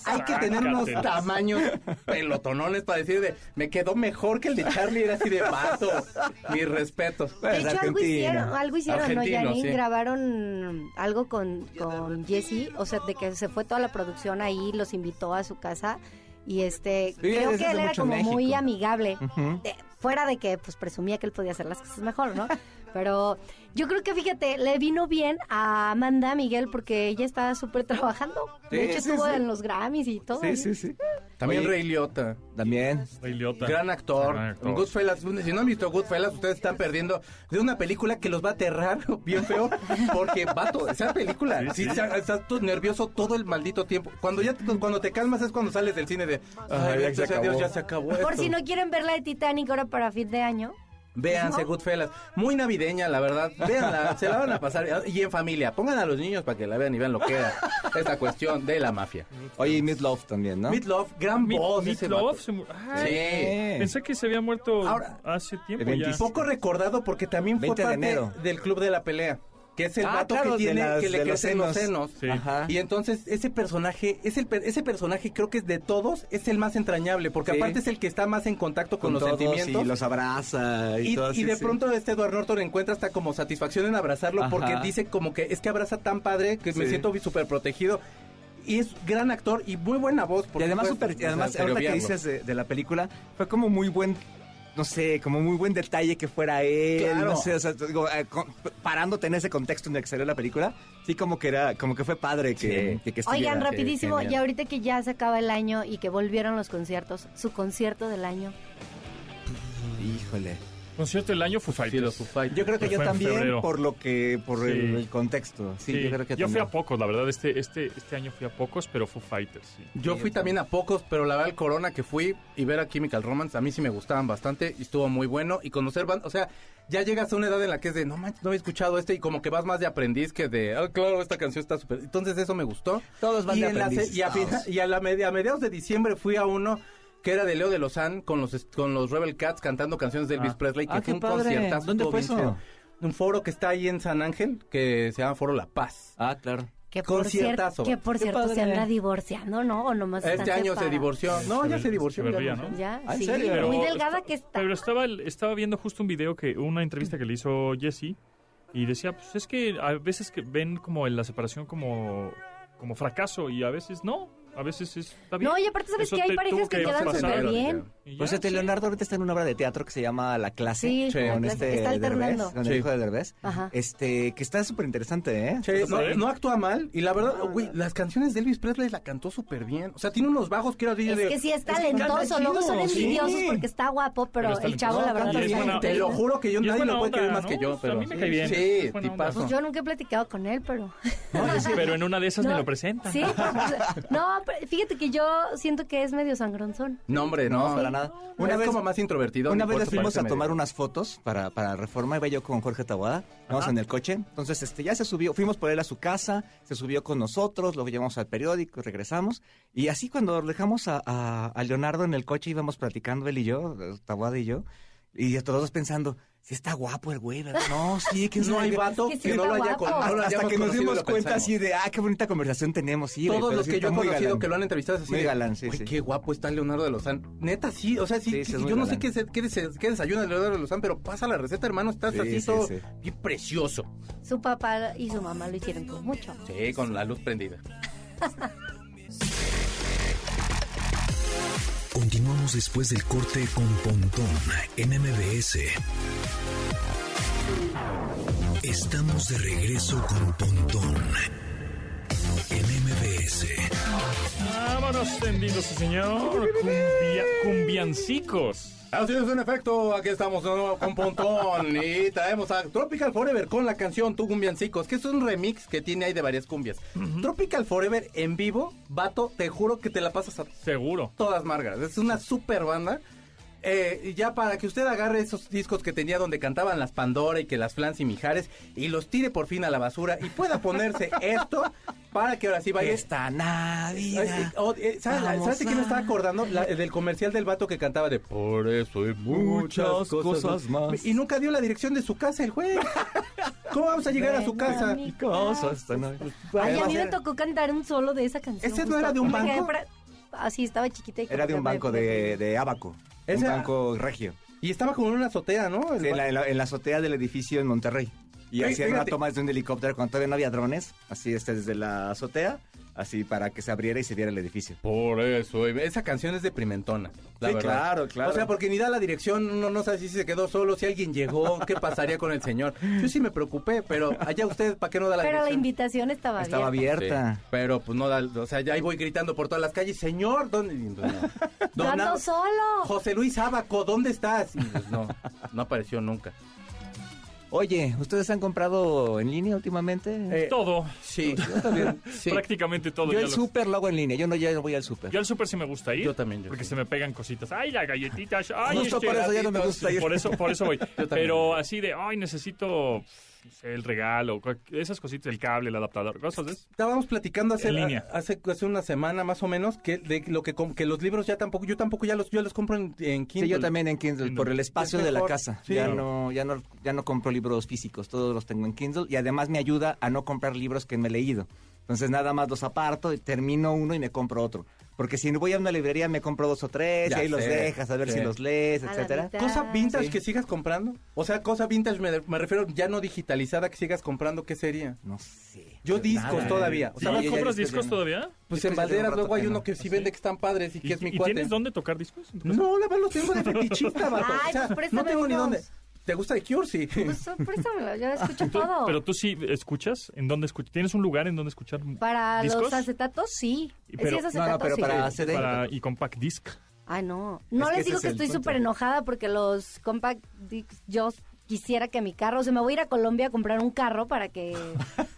Speaker 5: hay que tener unos
Speaker 2: Sácatelas.
Speaker 5: tamaños pelotonones para decir de, me quedó mejor que el de Charlie. Era así de, vato, mis respetos.
Speaker 3: pues,
Speaker 4: De hecho, algo hicieron, algo hicieron ¿no,
Speaker 5: Argentino,
Speaker 4: Janine?
Speaker 5: sí.
Speaker 4: Grabaron algo con, con Jesse, o sea, de que se fue toda la producción ahí, los invitó a su casa y este, creo
Speaker 3: desde
Speaker 4: que
Speaker 3: hace
Speaker 4: él era
Speaker 3: mucho
Speaker 4: como
Speaker 3: en
Speaker 4: muy
Speaker 3: México.
Speaker 4: amigable,
Speaker 3: Ujú.
Speaker 4: de- fuera de que pues presumía que él podía hacer las cosas mejor, ¿no? Pero yo creo que, fíjate, le vino bien a Amanda Miguel porque ella estaba súper trabajando. De
Speaker 3: Sí,
Speaker 4: hecho,
Speaker 3: sí,
Speaker 4: estuvo
Speaker 3: sí.
Speaker 4: en los Grammys y todo.
Speaker 3: Sí,
Speaker 4: ¿no?
Speaker 3: sí, sí.
Speaker 5: También
Speaker 3: Oye,
Speaker 5: Ray Liotta.
Speaker 3: También.
Speaker 2: Idiota.
Speaker 5: Gran actor.
Speaker 2: Gran actor.
Speaker 5: Goodfellas. Si no han visto Goodfellas, ustedes están perdiendo de una película que los va a aterrar <laughs> bien feo. Porque, vato, esa película, sí, ya estás tú nervioso todo el maldito tiempo. Cuando ya te- cuando te calmas es cuando sales del cine de, ay,
Speaker 3: ya se
Speaker 5: gracias a Dios,
Speaker 3: acabó".
Speaker 5: ya se acabó
Speaker 4: Por
Speaker 5: esto".
Speaker 4: si no quieren ver la de Titanic ahora para fin de año.
Speaker 5: Véanse
Speaker 4: ¿No?
Speaker 5: Goodfellas. Muy navideña, la verdad. Véanla, se la van a pasar. Y en familia. Pongan a los niños para que la vean y vean lo que era esta cuestión de la mafia.
Speaker 3: Oye, y Miss Love también, ¿no?
Speaker 5: Meat Love, gran
Speaker 2: Mi-
Speaker 5: voz. ese
Speaker 2: Meatloaf
Speaker 5: vato.
Speaker 2: se mu- Ay,
Speaker 5: Sí.
Speaker 2: Pensé que se había muerto
Speaker 5: Ahora,
Speaker 2: hace tiempo
Speaker 3: el
Speaker 2: ya.
Speaker 3: 25.
Speaker 5: Poco recordado porque también fue
Speaker 3: 20 de
Speaker 5: parte
Speaker 3: enero.
Speaker 5: del club de la pelea. Que es el
Speaker 3: Ah,
Speaker 5: vato
Speaker 3: claro,
Speaker 5: que
Speaker 3: de
Speaker 5: tiene,
Speaker 3: las-
Speaker 5: que le
Speaker 3: de los
Speaker 5: crecen los
Speaker 3: senos.
Speaker 5: senos.
Speaker 2: Sí.
Speaker 3: Ajá.
Speaker 5: Y entonces ese personaje, es el, per- ese personaje creo que es de todos, es el más entrañable, porque
Speaker 3: Sí.
Speaker 5: aparte es el que está más en contacto con, los
Speaker 3: todos
Speaker 5: sentimientos.
Speaker 3: Y los abraza y,
Speaker 5: Y,
Speaker 3: todo
Speaker 5: y
Speaker 3: así,
Speaker 5: de
Speaker 3: sí.
Speaker 5: pronto este Edward Norton encuentra hasta como satisfacción en abrazarlo
Speaker 3: Ajá.
Speaker 5: porque dice como que es que abraza tan padre que me
Speaker 3: Sí.
Speaker 5: siento súper protegido. Y es gran actor y muy buena voz. por
Speaker 3: Y además,
Speaker 5: supuesto.
Speaker 3: super, y
Speaker 5: O sea,
Speaker 3: además
Speaker 5: serio,
Speaker 3: ahorita que
Speaker 5: veanlo.
Speaker 3: dices de, de la película, fue como muy buen, no sé, como muy buen detalle que fuera él,
Speaker 5: Claro.
Speaker 3: no sé, o sea, digo, eh, con- parándote en ese contexto en el que salió la película, sí como que era, como que fue padre que,
Speaker 5: Sí.
Speaker 3: que, que
Speaker 4: Oigan,
Speaker 3: estuviera.
Speaker 4: rapidísimo,
Speaker 5: genial.
Speaker 4: y ahorita que ya se acaba el año y que volvieron los conciertos, su concierto del año.
Speaker 3: Híjole.
Speaker 2: Concierto del año Foo
Speaker 5: Sí,
Speaker 2: Fighters.
Speaker 5: los Foo Fighters.
Speaker 3: Yo creo que
Speaker 2: Pues Fue
Speaker 3: yo
Speaker 2: en
Speaker 3: también
Speaker 2: febrero.
Speaker 3: por lo que, por el,
Speaker 2: Sí.
Speaker 3: el contexto. Sí,
Speaker 2: Sí,
Speaker 3: yo creo que
Speaker 2: fui
Speaker 3: también.
Speaker 2: a pocos, la verdad. Este, este, este año fui a pocos, pero Foo Fighters. sí.
Speaker 5: Yo fui también a pocos, pero la verdad el Corona que fui y ver a Chemical Romance, a mí sí me gustaban bastante y estuvo muy bueno. Y conocer bandas, o sea, ya llegas a una edad en la que es de, no manches, no he escuchado este y como que vas más de aprendiz que de, ah, claro, esta canción está súper. Entonces eso me gustó.
Speaker 3: Todos van
Speaker 5: y
Speaker 3: de
Speaker 5: en la se-
Speaker 3: aprendiz, Ah, pues.
Speaker 5: y a, fina-
Speaker 3: todos.
Speaker 5: y a la media- a mediados de diciembre fui a uno que era de Leo de Lozán con los, est- con los Rebel Cats cantando canciones de Elvis
Speaker 2: Ah.
Speaker 5: Presley, que
Speaker 3: Ah, qué
Speaker 5: fue un
Speaker 3: padre.
Speaker 5: conciertazo.
Speaker 3: ¿Dónde
Speaker 5: estuvo
Speaker 3: fue
Speaker 5: bien
Speaker 3: eso?
Speaker 5: chido. Un foro que está ahí en San Ángel, que se llama Foro La Paz.
Speaker 3: Ah, claro.
Speaker 4: Que por, cier-
Speaker 5: Conciertazo.
Speaker 4: que por
Speaker 3: Qué
Speaker 4: cierto se
Speaker 3: padre.
Speaker 4: anda divorciando, ¿no? O nomás
Speaker 5: Este
Speaker 4: están
Speaker 5: año se
Speaker 4: separados.
Speaker 5: divorció. No, ya
Speaker 2: Echever-
Speaker 5: se divorció. ya
Speaker 2: Echeverría,
Speaker 5: no sé.
Speaker 2: ¿no?
Speaker 4: Ya,
Speaker 3: Ah, ¿en
Speaker 4: sí,
Speaker 3: serio?
Speaker 4: muy
Speaker 2: Pero
Speaker 4: delgada
Speaker 2: esta-
Speaker 4: que está.
Speaker 2: Pero estaba, estaba viendo justo un video que, una entrevista que le hizo Jesse, y decía, pues es que a veces que ven como en la separación como, como fracaso, y a veces no, a veces es- está bien.
Speaker 4: No, y aparte sabes
Speaker 2: Eso
Speaker 4: que hay
Speaker 2: te
Speaker 4: parejas
Speaker 2: tuvo
Speaker 4: que,
Speaker 2: que
Speaker 4: quedan
Speaker 2: pasar.
Speaker 4: súper
Speaker 5: Pero,
Speaker 4: bien.
Speaker 5: ya.
Speaker 2: Y ya,
Speaker 3: Pues este
Speaker 2: sí.
Speaker 3: Leonardo ahorita está en una obra de teatro que se llama La Clase.
Speaker 4: Sí,
Speaker 5: Sí.
Speaker 4: La
Speaker 3: con
Speaker 4: clase
Speaker 3: este
Speaker 4: que está alternando.
Speaker 3: Derbez, con
Speaker 5: Sí.
Speaker 3: el hijo de Derbez.
Speaker 4: Ajá.
Speaker 3: Este, que está súper interesante, ¿eh?
Speaker 5: Che, no,
Speaker 2: padre.
Speaker 5: no actúa mal y la verdad, güey, las canciones de Elvis Presley la cantó súper bien. O sea, tiene unos bajos que era
Speaker 4: Es que sí es talentoso,
Speaker 5: canta
Speaker 4: luego son
Speaker 5: chido, sí.
Speaker 4: envidiosos porque está guapo, pero,
Speaker 2: Pero es
Speaker 4: el chavo la
Speaker 5: talentoso,
Speaker 4: verdad
Speaker 5: canta
Speaker 4: no
Speaker 5: bien.
Speaker 4: está
Speaker 5: Te lo
Speaker 4: increíble.
Speaker 5: juro que yo-
Speaker 2: Y es
Speaker 5: nadie
Speaker 2: buena
Speaker 5: lo puede
Speaker 2: onda,
Speaker 5: creer más que
Speaker 2: ¿no?
Speaker 5: yo,
Speaker 2: O sea,
Speaker 5: pero-
Speaker 2: a mí me cae bien.
Speaker 5: Sí,
Speaker 2: es buena onda.
Speaker 5: tipazo.
Speaker 4: Pues yo nunca he platicado con él, pero...
Speaker 2: <laughs>
Speaker 4: <laughs>
Speaker 2: Pero en una de esas me lo presenta.
Speaker 4: Sí, pues, no, pero fíjate que yo siento que es medio sangronzón.
Speaker 5: No, hombre, no.
Speaker 3: No, para nada.
Speaker 5: Una
Speaker 3: Una
Speaker 5: es
Speaker 3: vez-
Speaker 5: como más introvertido.
Speaker 3: Una
Speaker 5: ni
Speaker 3: vez
Speaker 5: por
Speaker 3: nos
Speaker 5: eso
Speaker 3: fuimos
Speaker 5: parece
Speaker 3: a
Speaker 5: medio.
Speaker 3: tomar unas fotos para, para Reforma, iba yo con Jorge Tawada, vamos
Speaker 2: Ajá.
Speaker 3: en el coche, entonces este ya se subió, fuimos por él a su casa, se subió con nosotros, lo llevamos al periódico, regresamos, y así cuando dejamos a, a- a Leonardo en el coche íbamos platicando él y yo, Tawada y yo, y todos dos pensando, si está guapo el güey, ¿verdad? No, sí, que
Speaker 5: No hay vato
Speaker 4: Es que sí
Speaker 5: que no
Speaker 4: está
Speaker 5: lo haya
Speaker 4: guapo.
Speaker 5: con- no lo
Speaker 3: hasta, hasta
Speaker 5: hayamos
Speaker 3: que nos
Speaker 5: conocido
Speaker 3: dimos
Speaker 5: lo
Speaker 3: cuenta
Speaker 5: pensamos.
Speaker 3: así de, ah, qué bonita conversación tenemos, sí. güey,
Speaker 5: Todos
Speaker 3: pero
Speaker 5: los
Speaker 3: sí
Speaker 5: que yo he
Speaker 3: está muy
Speaker 5: conocido
Speaker 3: galán.
Speaker 5: que lo han entrevistado es así.
Speaker 3: Muy
Speaker 5: de,
Speaker 3: galán, sí,
Speaker 5: "Güey,
Speaker 3: sí.
Speaker 5: Qué guapo está Leonardo de Lozán. Neta, sí. O sea, sí.
Speaker 3: Sí, sí,
Speaker 5: que-
Speaker 3: es
Speaker 5: yo
Speaker 3: muy
Speaker 5: no sé
Speaker 3: galán.
Speaker 5: qué, se- qué des- qué desayuna Leonardo de Lozán, pero pasa la receta, hermano. Estás
Speaker 3: Sí,
Speaker 5: así
Speaker 3: sí,
Speaker 5: todo
Speaker 3: sí.
Speaker 5: bien precioso.
Speaker 4: Su papá y su mamá lo hicieron con mucho.
Speaker 5: Sí, con la luz prendida.
Speaker 1: Continuamos después del corte con Pontón en MBS. Estamos de regreso con Pontón en MBS.
Speaker 2: Vámonos, tendidos, sí, señor. Cumbia- cumbiancicos.
Speaker 5: Así es, en efecto, aquí estamos de nuevo con Pontón y traemos a Tropical Forever con la canción Tu Cumbiancicos, que es un remix que tiene ahí de varias cumbias. Tropical Forever en vivo, vato, te juro que te la pasas a
Speaker 2: Seguro.
Speaker 5: todas margas. Es una super banda. eh, y ya para que usted agarre esos discos que tenía donde cantaban las Pandora y que las Flans y Mijares y los tire por fin a la basura y pueda
Speaker 3: <laughs>
Speaker 5: ponerse esto para que ahora sí vaya.
Speaker 3: Esta
Speaker 5: Ay, eh,
Speaker 3: Navidad.
Speaker 5: oh, eh, ¿Sabes, la-
Speaker 3: Vamos
Speaker 5: ¿sabes de qué me estaba acordando? La- el del comercial del vato que cantaba de Por eso hay
Speaker 3: Muchas
Speaker 5: muchas cosas,
Speaker 3: cosas más.
Speaker 5: Y nunca dio la dirección de su casa
Speaker 3: <laughs>
Speaker 5: el juez. ¿Cómo vamos a llegar a su casa?
Speaker 4: mi
Speaker 3: Cosas, esta Navidad.
Speaker 4: Ay, a mí me
Speaker 5: Además,
Speaker 4: tocó cantar un solo de esa canción.
Speaker 5: ¿Ese no
Speaker 4: justo.
Speaker 5: era de un
Speaker 4: Me quedé
Speaker 5: banco?
Speaker 4: fra- Ah, sí, estaba chiquita. Y como
Speaker 3: Era de
Speaker 4: que
Speaker 3: un
Speaker 4: me-
Speaker 3: banco de, de Abaco.
Speaker 5: Ese
Speaker 3: un
Speaker 5: era-
Speaker 3: banco regio.
Speaker 5: Y estaba como en una azotea, ¿no? El
Speaker 3: Sí, en,
Speaker 5: vato.
Speaker 3: la, en la- en la azotea del edificio en Monterrey. Y
Speaker 5: Oye,
Speaker 3: hacían una
Speaker 5: fíjate.
Speaker 3: toma desde un helicóptero cuando todavía no había drones. Así este, desde la azotea. Así para que se abriera y se viera el edificio.
Speaker 5: Por eso, y esa canción es deprimentona. La
Speaker 3: Sí,
Speaker 5: verdad.
Speaker 3: claro, claro.
Speaker 5: O sea, porque ni da la dirección, uno no sabe si se quedó solo, si alguien llegó, qué pasaría con el señor. Yo sí me preocupé, pero allá usted, ¿para qué no da la
Speaker 4: Pero la
Speaker 5: dirección?
Speaker 4: invitación estaba,
Speaker 3: Estaba
Speaker 4: abierta.
Speaker 5: Sí,
Speaker 3: abierta.
Speaker 5: pero pues no da, o sea, ya ahí voy gritando por todas las calles, señor, ¿dónde? Y, pues, no.
Speaker 4: Yo
Speaker 5: Don
Speaker 4: ando
Speaker 5: Ab-
Speaker 4: solo.
Speaker 5: José Luis Abaco, ¿dónde estás? Y, pues, no, no apareció nunca.
Speaker 3: Oye, ¿ustedes han comprado en línea últimamente?
Speaker 5: Eh,
Speaker 2: Todo,
Speaker 5: Sí, yo también. Sí.
Speaker 2: prácticamente todo.
Speaker 3: yo
Speaker 2: ya
Speaker 3: el
Speaker 2: lo-
Speaker 3: súper lo hago en línea. Yo no, ya no voy al súper.
Speaker 2: Yo al súper sí me gusta ir.
Speaker 5: Yo también, yo
Speaker 2: porque
Speaker 5: sí.
Speaker 2: se me pegan cositas. Ay, la galletita. Ay,
Speaker 3: Justo
Speaker 2: este
Speaker 3: por eso ya no me
Speaker 2: gatito,
Speaker 3: gusta
Speaker 2: sí,
Speaker 3: ir.
Speaker 2: Por eso, por
Speaker 5: <laughs>
Speaker 2: eso voy.
Speaker 5: también.
Speaker 2: Pero así de, ay, necesito no sé, el regalo, cual- esas cositas, el cable, el adaptador, cosas de eso.
Speaker 5: Estábamos platicando hace,
Speaker 2: En línea.
Speaker 5: hace hace una semana más o menos que de lo que com- que los libros ya tampoco yo tampoco ya los yo los compro en, en Kindle.
Speaker 3: Sí, yo también en Kindle,
Speaker 2: Kindle.
Speaker 3: por el espacio
Speaker 5: Es
Speaker 3: de la
Speaker 5: mejor,
Speaker 3: casa.
Speaker 5: sí.
Speaker 3: Ya no, ya no, ya no compro libros físicos, todos los tengo en Kindle y además me ayuda a no comprar libros que no he leído. Entonces nada más los aparto, y termino uno y me compro otro. Porque si voy a una librería me compro dos o tres
Speaker 5: Ya
Speaker 3: y ahí los
Speaker 5: sé,
Speaker 3: dejas a ver
Speaker 5: sí.
Speaker 3: si los lees,
Speaker 5: Ah,
Speaker 4: A la
Speaker 3: etcétera.
Speaker 4: mitad.
Speaker 5: Cosa vintage
Speaker 3: Sí.
Speaker 5: que sigas comprando. O sea, cosa vintage me, me refiero ya no digitalizada que sigas comprando, ¿qué sería?
Speaker 3: No sé.
Speaker 5: Yo discos
Speaker 3: eh.
Speaker 5: todavía. O sea,
Speaker 2: ¿No
Speaker 5: yo ya
Speaker 2: compras
Speaker 3: después ya
Speaker 2: discos
Speaker 3: no.
Speaker 2: todavía?
Speaker 5: Pues
Speaker 3: Discos
Speaker 5: en
Speaker 3: ya tengo
Speaker 5: Valderas
Speaker 3: rato
Speaker 5: luego hay
Speaker 3: que
Speaker 5: uno
Speaker 3: no.
Speaker 5: que sí vende que están padres y que es mi
Speaker 2: ¿Y
Speaker 5: cuate.
Speaker 2: tienes dónde tocar discos? en tu casa?
Speaker 5: No, la verdad los tengo
Speaker 4: <laughs>
Speaker 5: de fetichista, vato.
Speaker 4: Ay,
Speaker 5: O sea,
Speaker 4: pues
Speaker 5: no
Speaker 4: préstame
Speaker 5: tengo ni
Speaker 4: unos.
Speaker 5: dónde. ¿Te gusta de Cure? Sí.
Speaker 4: Pues préstamelo, yo escucho todo.
Speaker 2: Pero tú sí escuchas, ¿en dónde escuchas? ¿Tienes un lugar en donde escuchar
Speaker 4: Para
Speaker 2: discos?
Speaker 4: los acetatos, sí.
Speaker 2: Y pero-
Speaker 4: sí, es acetato,
Speaker 3: no, no, pero
Speaker 4: sí.
Speaker 3: para CD.
Speaker 2: Para- y compact disc.
Speaker 4: Ay, no. No
Speaker 3: Es que
Speaker 4: les
Speaker 3: ese
Speaker 4: digo
Speaker 3: es
Speaker 4: que
Speaker 3: el
Speaker 4: estoy
Speaker 3: punto.
Speaker 4: súper enojada porque los compact discs, yo quisiera que mi carro, o sea, me voy a ir a Colombia a comprar un carro
Speaker 3: <laughs>
Speaker 4: para que...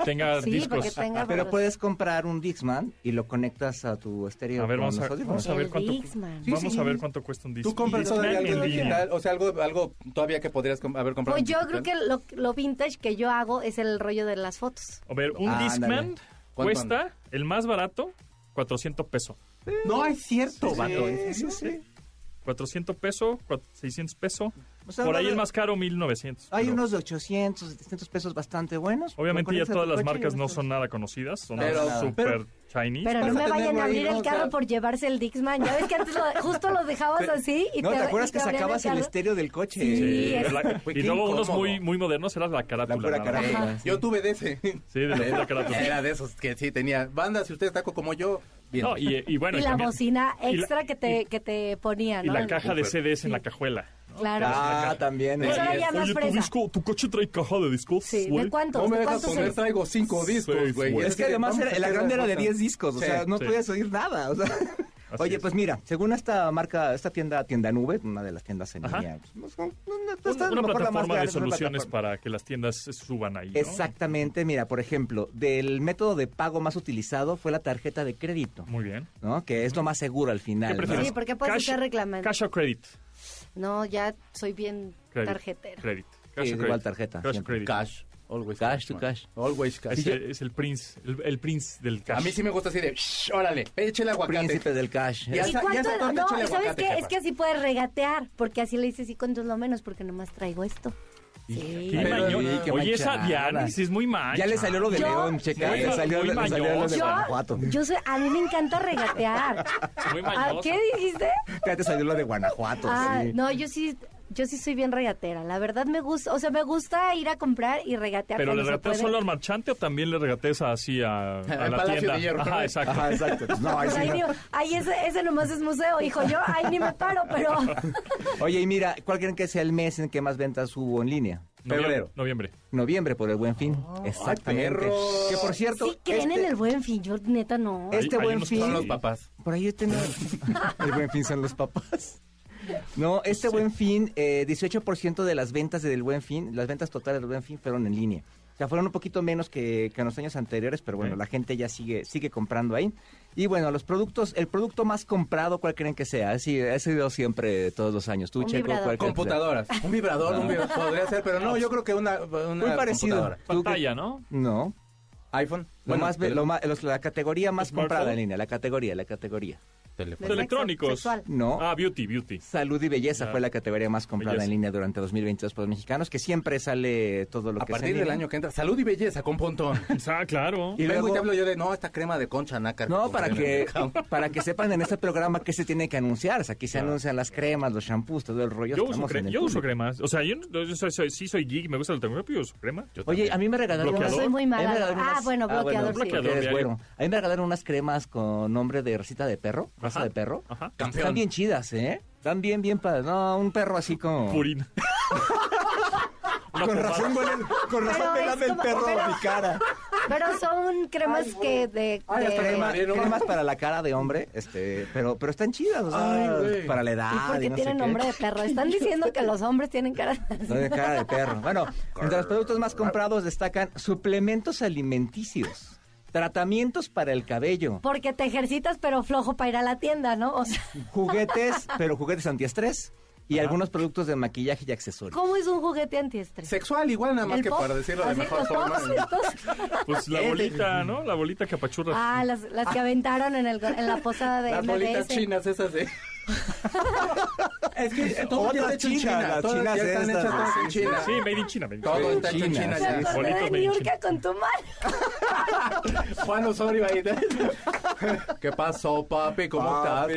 Speaker 2: Tenga
Speaker 4: <laughs> sí, para que
Speaker 2: discos.
Speaker 4: tenga...
Speaker 3: Pero
Speaker 5: pues,
Speaker 3: puedes comprar un Dixman y lo conectas a tu estéreo.
Speaker 2: A ver,
Speaker 3: con
Speaker 2: vamos a,
Speaker 3: los audífonos.
Speaker 2: vamos a ver
Speaker 4: El
Speaker 2: cuánto,
Speaker 4: Discman.
Speaker 5: Sí,
Speaker 2: vamos
Speaker 5: sí.
Speaker 2: a ver cuánto cuesta un disco.
Speaker 5: <laughs> ¿Tú compras
Speaker 2: Discman
Speaker 5: todavía
Speaker 2: en
Speaker 5: algo
Speaker 2: línea.
Speaker 5: digital? O sea, algo, algo todavía que podrías com- haber comprado.
Speaker 4: Pues
Speaker 5: en
Speaker 4: yo
Speaker 5: digital.
Speaker 4: creo que lo, lo vintage que yo hago es el rollo de las fotos.
Speaker 2: A ver, un
Speaker 3: Ah,
Speaker 2: Discman
Speaker 3: ándale.
Speaker 5: ¿Cuánto
Speaker 2: cuesta el más barato 400 pesos.
Speaker 5: No, es cierto, vato. ¿en serio?
Speaker 2: 400 pesos, 600 pesos.
Speaker 3: O sea,
Speaker 2: Por ahí
Speaker 3: no-
Speaker 2: el más caro 1900.
Speaker 3: Hay
Speaker 2: pero
Speaker 3: unos de 800, 700 pesos bastante buenos.
Speaker 2: Obviamente
Speaker 3: Lo
Speaker 2: ya
Speaker 3: conectas a
Speaker 2: todas
Speaker 3: tu
Speaker 2: las
Speaker 3: coche y
Speaker 2: marcas
Speaker 3: ya
Speaker 2: no
Speaker 3: los
Speaker 2: son nada conocidas, son
Speaker 5: Pero-
Speaker 2: super
Speaker 5: pero-
Speaker 2: Chinese.
Speaker 4: Pero no
Speaker 5: Vas a
Speaker 4: me vayan
Speaker 5: tenerlo
Speaker 4: a
Speaker 5: ahí,
Speaker 4: abrir
Speaker 5: ¿no? O
Speaker 4: el carro
Speaker 5: sea-
Speaker 4: por llevarse el Dixman. Ya ves que antes
Speaker 5: <laughs>
Speaker 4: lo- justo lo dejabas así y
Speaker 3: No, ¿te acuerdas
Speaker 4: y
Speaker 3: que
Speaker 4: abrían
Speaker 3: sacabas el
Speaker 4: carro?
Speaker 5: este?
Speaker 3: estéreo del coche?
Speaker 4: Sí,
Speaker 2: Sí,
Speaker 4: es-
Speaker 2: la-
Speaker 5: Güey,
Speaker 2: y
Speaker 5: qué
Speaker 2: luego unos
Speaker 5: incómodo.
Speaker 2: muy, muy modernos eran la
Speaker 3: La
Speaker 2: carátula.
Speaker 3: pura
Speaker 2: nada más.
Speaker 3: carátula.
Speaker 5: Yo tuve de ese.
Speaker 2: Sí, de la pura carátula.
Speaker 5: Era de esos que sí tenía. Banda, si usted es taco como yo, bien.
Speaker 2: No, y, y bueno,
Speaker 4: y
Speaker 2: y
Speaker 4: la
Speaker 2: también-
Speaker 4: bocina
Speaker 2: y la-
Speaker 4: extra que te que te ponía,
Speaker 2: y
Speaker 4: ¿no?
Speaker 2: la caja de CDs en la cajuela.
Speaker 4: Claro.
Speaker 3: Ah, también.
Speaker 4: Eso
Speaker 5: Así
Speaker 4: era
Speaker 5: es.
Speaker 4: ya más
Speaker 2: Oye, tu
Speaker 4: fresa.
Speaker 2: disco, tu coche trae caja de discos,
Speaker 4: Sí,
Speaker 2: güey.
Speaker 4: ¿de cuántos?
Speaker 5: no me
Speaker 4: ¿De
Speaker 5: dejas
Speaker 4: cuántos
Speaker 5: poner,
Speaker 4: eres?
Speaker 5: traigo cinco discos,
Speaker 2: Seis,
Speaker 5: güey.
Speaker 2: güey.
Speaker 3: Es que además era- la grande era de 10 discos, o
Speaker 5: Sí,
Speaker 3: sea, no
Speaker 2: sí.
Speaker 3: podías oír nada. o sea.
Speaker 2: Así
Speaker 3: Oye,
Speaker 2: es.
Speaker 3: pues mira, según esta marca, esta tienda, tienda nube, una de las tiendas en
Speaker 2: Ajá.
Speaker 3: línea, pues, no- no- no-
Speaker 2: Un-
Speaker 3: está a lo
Speaker 2: una
Speaker 3: mejor la más
Speaker 2: plataforma de
Speaker 3: grande, es una
Speaker 2: soluciones
Speaker 3: plataforma.
Speaker 2: para que las tiendas se suban ahí. ¿no?
Speaker 3: Exactamente, mira, por ejemplo, del método de pago más utilizado fue la tarjeta de crédito,
Speaker 2: Muy bien.
Speaker 3: ¿no? Que es lo más seguro al final.
Speaker 2: ¿Qué
Speaker 3: ¿no?
Speaker 2: prefieres?
Speaker 4: Sí, porque puedes estar reclamando.
Speaker 2: Cash o credit.
Speaker 4: No, ya soy bien
Speaker 2: Credit.
Speaker 4: tarjetera.
Speaker 2: Credit.
Speaker 3: Sí,
Speaker 2: Cash o
Speaker 3: igual
Speaker 2: credit.
Speaker 3: tarjeta,
Speaker 2: Cash o
Speaker 3: siempre.
Speaker 2: credit.
Speaker 5: Cash. Always
Speaker 3: Cash to
Speaker 5: man.
Speaker 3: cash.
Speaker 5: Always cash.
Speaker 2: Es, es el prince, el, el prince del cash.
Speaker 5: A mí sí me gusta así de, "Shh, órale, échale aguacate.
Speaker 3: Príncipe del cash.
Speaker 5: Ya
Speaker 4: ¿Y
Speaker 5: sa- ya
Speaker 4: cuánto?
Speaker 5: sa- ¿dónde
Speaker 4: no,
Speaker 5: echa el
Speaker 4: ¿sabes
Speaker 5: aguacate,
Speaker 4: qué?
Speaker 5: jefa?
Speaker 4: Es que así puedes regatear, porque así le dices, ¿y cuánto es lo menos? Porque nomás traigo esto. Sí.
Speaker 2: Qué
Speaker 5: Pero-
Speaker 2: maño-
Speaker 5: sí, qué
Speaker 2: Oye, esa
Speaker 3: manchada.
Speaker 2: Dianis es muy mancha.
Speaker 3: Ya le salió lo de
Speaker 4: Yo-
Speaker 3: León, checa.
Speaker 2: Muy
Speaker 3: Le
Speaker 2: ma-
Speaker 3: salió,
Speaker 2: muy
Speaker 3: le salió lo de
Speaker 2: mañoso.
Speaker 3: Guanajuato.
Speaker 4: Yo soy, a mí me encanta regatear.
Speaker 2: Muy
Speaker 4: ¿A
Speaker 2: mañosa.
Speaker 4: qué dijiste?
Speaker 3: Ya te salió lo de Guanajuato.
Speaker 4: Ah,
Speaker 3: Pues sí.
Speaker 4: no, yo sí, yo sí soy bien regatera. La verdad me gusta, o sea, me gusta ir a comprar y regatear.
Speaker 2: Pero le
Speaker 4: cuando se
Speaker 2: regateas
Speaker 4: puede.
Speaker 2: solo al marchante o también le regateas así
Speaker 3: <laughs>
Speaker 2: a, a
Speaker 5: Al
Speaker 2: la
Speaker 5: Palacio
Speaker 2: tienda.
Speaker 5: de Hierro.
Speaker 2: Ajá, exacto.
Speaker 3: Ajá, exacto. Pues no, ahí
Speaker 4: Pues
Speaker 3: sí
Speaker 4: ahí
Speaker 3: no.
Speaker 4: digo, ay, ese, ese nomás es museo, hijo. Yo, ay, ni me paro, pero.
Speaker 3: Oye, y mira, ¿cuál creen que sea el mes en que más ventas hubo en línea?
Speaker 2: Noviembre-
Speaker 5: Febrero.
Speaker 2: Noviembre.
Speaker 3: Noviembre, por el buen fin. Exactamente.
Speaker 5: ay, perro.
Speaker 3: Que por <laughs> cierto. este
Speaker 4: Sí creen en el buen fin, yo neta no.
Speaker 3: Es- Este buen
Speaker 2: unos
Speaker 3: fin-
Speaker 5: Son los
Speaker 2: sí.
Speaker 5: papás.
Speaker 3: Por ahí yo tengo. <laughs> el buen fin son los papás. No, este buen fin, eh, 18% de las ventas del buen fin, las ventas totales del buen fin fueron en línea. O sea, fueron un poquito menos que, que en los años anteriores, pero bueno,
Speaker 2: Sí.
Speaker 3: la gente ya sigue, sigue comprando ahí. Y bueno, los productos, el producto más comprado, ¿cuál creen que sea? Sí, ha sido siempre todos los años. Tú,
Speaker 4: Un
Speaker 3: Checo,
Speaker 4: vibrador.
Speaker 3: ¿cuál crees que sea?
Speaker 5: Computadoras. Un vibrador, un vibrador podría ser, pero no, yo creo que una, una
Speaker 3: Muy parecido.
Speaker 5: computadora.
Speaker 3: ¿Tú qué-
Speaker 2: Pantalla, ¿no?
Speaker 3: No.
Speaker 5: iPhone.
Speaker 3: Lo
Speaker 5: Bueno,
Speaker 3: más, ve-
Speaker 5: tele-
Speaker 3: lo más- los- la categoría más
Speaker 2: ¿Smartphone?
Speaker 3: comprada en línea, la categoría, la categoría.
Speaker 4: De
Speaker 5: teléfono.
Speaker 2: Los electrónicos.
Speaker 4: sexo- sexual.
Speaker 3: No.
Speaker 2: Ah, beauty,
Speaker 3: <laughs>
Speaker 2: beauty.
Speaker 3: Salud y belleza
Speaker 2: Ya.
Speaker 3: fue la categoría más comprada
Speaker 2: Belleza.
Speaker 3: en línea durante 2022 por los mexicanos, que siempre sale todo lo
Speaker 5: A
Speaker 3: que sea en
Speaker 5: partir del
Speaker 3: línea.
Speaker 5: año que entra, salud y belleza con pontón.
Speaker 2: Ah, claro.
Speaker 3: <laughs>
Speaker 5: Y
Speaker 3: Y
Speaker 5: luego
Speaker 3: luego-
Speaker 5: te hablo yo de, no, esta crema de concha nácar.
Speaker 3: No, para que,
Speaker 5: compré en el mercado.
Speaker 3: <laughs> para que sepan en este programa qué se tiene que anunciar. O sea, aquí se anuncian las cremas, los shampoos, todo el rollo.
Speaker 2: Yo, uso,
Speaker 3: Estamos en
Speaker 2: cre-
Speaker 3: el
Speaker 2: yo uso
Speaker 3: público.
Speaker 2: cremas. O sea, yo, no- yo soy- soy- sí soy geek, me gusta la tecnología, pero yo uso crema.
Speaker 5: Yo también.
Speaker 3: Oye, a mí me regalaron
Speaker 2: ¿Bloqueador?
Speaker 3: unas...
Speaker 2: Soy
Speaker 4: muy
Speaker 3: a mí me
Speaker 4: mala.
Speaker 3: regalaron
Speaker 4: Ah, bueno, bloqueador,
Speaker 3: porque
Speaker 2: sí.
Speaker 3: eres
Speaker 2: Bloqueador,
Speaker 3: güero.
Speaker 2: diario.
Speaker 3: A mí me regalaron unas cremas con nombre de recita de perro, raza
Speaker 2: Ajá.
Speaker 3: de perro.
Speaker 2: Ajá.
Speaker 5: Campeón.
Speaker 3: Están bien chidas, ¿eh? Están bien, bien padres. No, un perro así como...
Speaker 2: Purina.
Speaker 3: <laughs> Con razón, huelen- con razón
Speaker 4: Pero
Speaker 3: me
Speaker 4: es
Speaker 3: lame el
Speaker 4: como-
Speaker 3: perro a mi cara.
Speaker 4: Pero son cremas que de...
Speaker 5: Ay,
Speaker 4: de-
Speaker 5: hasta
Speaker 3: Crema-
Speaker 5: crema. Pero-
Speaker 3: cremas para la cara de hombre, este, pero, pero están chidas, o
Speaker 5: Ay,
Speaker 3: sea,
Speaker 5: güey.
Speaker 3: para la edad.
Speaker 4: y porque
Speaker 3: y no sé
Speaker 4: tienen
Speaker 3: qué.
Speaker 4: nombre de perro. Están diciendo que los hombres
Speaker 3: <laughs>
Speaker 4: tienen caras así.
Speaker 3: No de cara de perro. Bueno, entre los productos más comprados destacan suplementos alimenticios, tratamientos para el cabello,
Speaker 4: Porque te ejercitas, pero flojo para ir a la tienda, ¿no? O sea, <laughs>
Speaker 3: juguetes, pero juguetes antiestrés y algunos productos de maquillaje y accesorios.
Speaker 4: ¿cómo es un juguete antiestrés?
Speaker 5: Sexual, igual nada más
Speaker 4: ¿El
Speaker 5: que
Speaker 4: pop?
Speaker 5: para decirlo de
Speaker 4: Así,
Speaker 5: mejor
Speaker 4: los
Speaker 5: forma.
Speaker 4: pops estos.
Speaker 2: Pues la bolita, ¿no? La bolita que apachurra.
Speaker 4: Ah, las, las que aventaron en, el, en la posada de
Speaker 5: Las
Speaker 4: MBS.
Speaker 5: bolitas chinas esas de... es que eh, todo ya
Speaker 3: Otras
Speaker 5: está hecho en
Speaker 3: chinas,
Speaker 5: China.
Speaker 3: las
Speaker 5: Todas ya
Speaker 3: chinas
Speaker 5: están
Speaker 3: estas. Ah,
Speaker 5: hechas todas en China.
Speaker 2: Sí, made in China. made in
Speaker 5: Todo
Speaker 2: China.
Speaker 5: está hecho en China
Speaker 3: Chinas,
Speaker 4: Me
Speaker 5: ya.
Speaker 2: sí.
Speaker 4: acordé de
Speaker 2: Bolitos
Speaker 4: Niurka con tu mal.
Speaker 5: Juan Osorio ahí. <laughs> ¿Qué pasó, papi? ¿Cómo estás?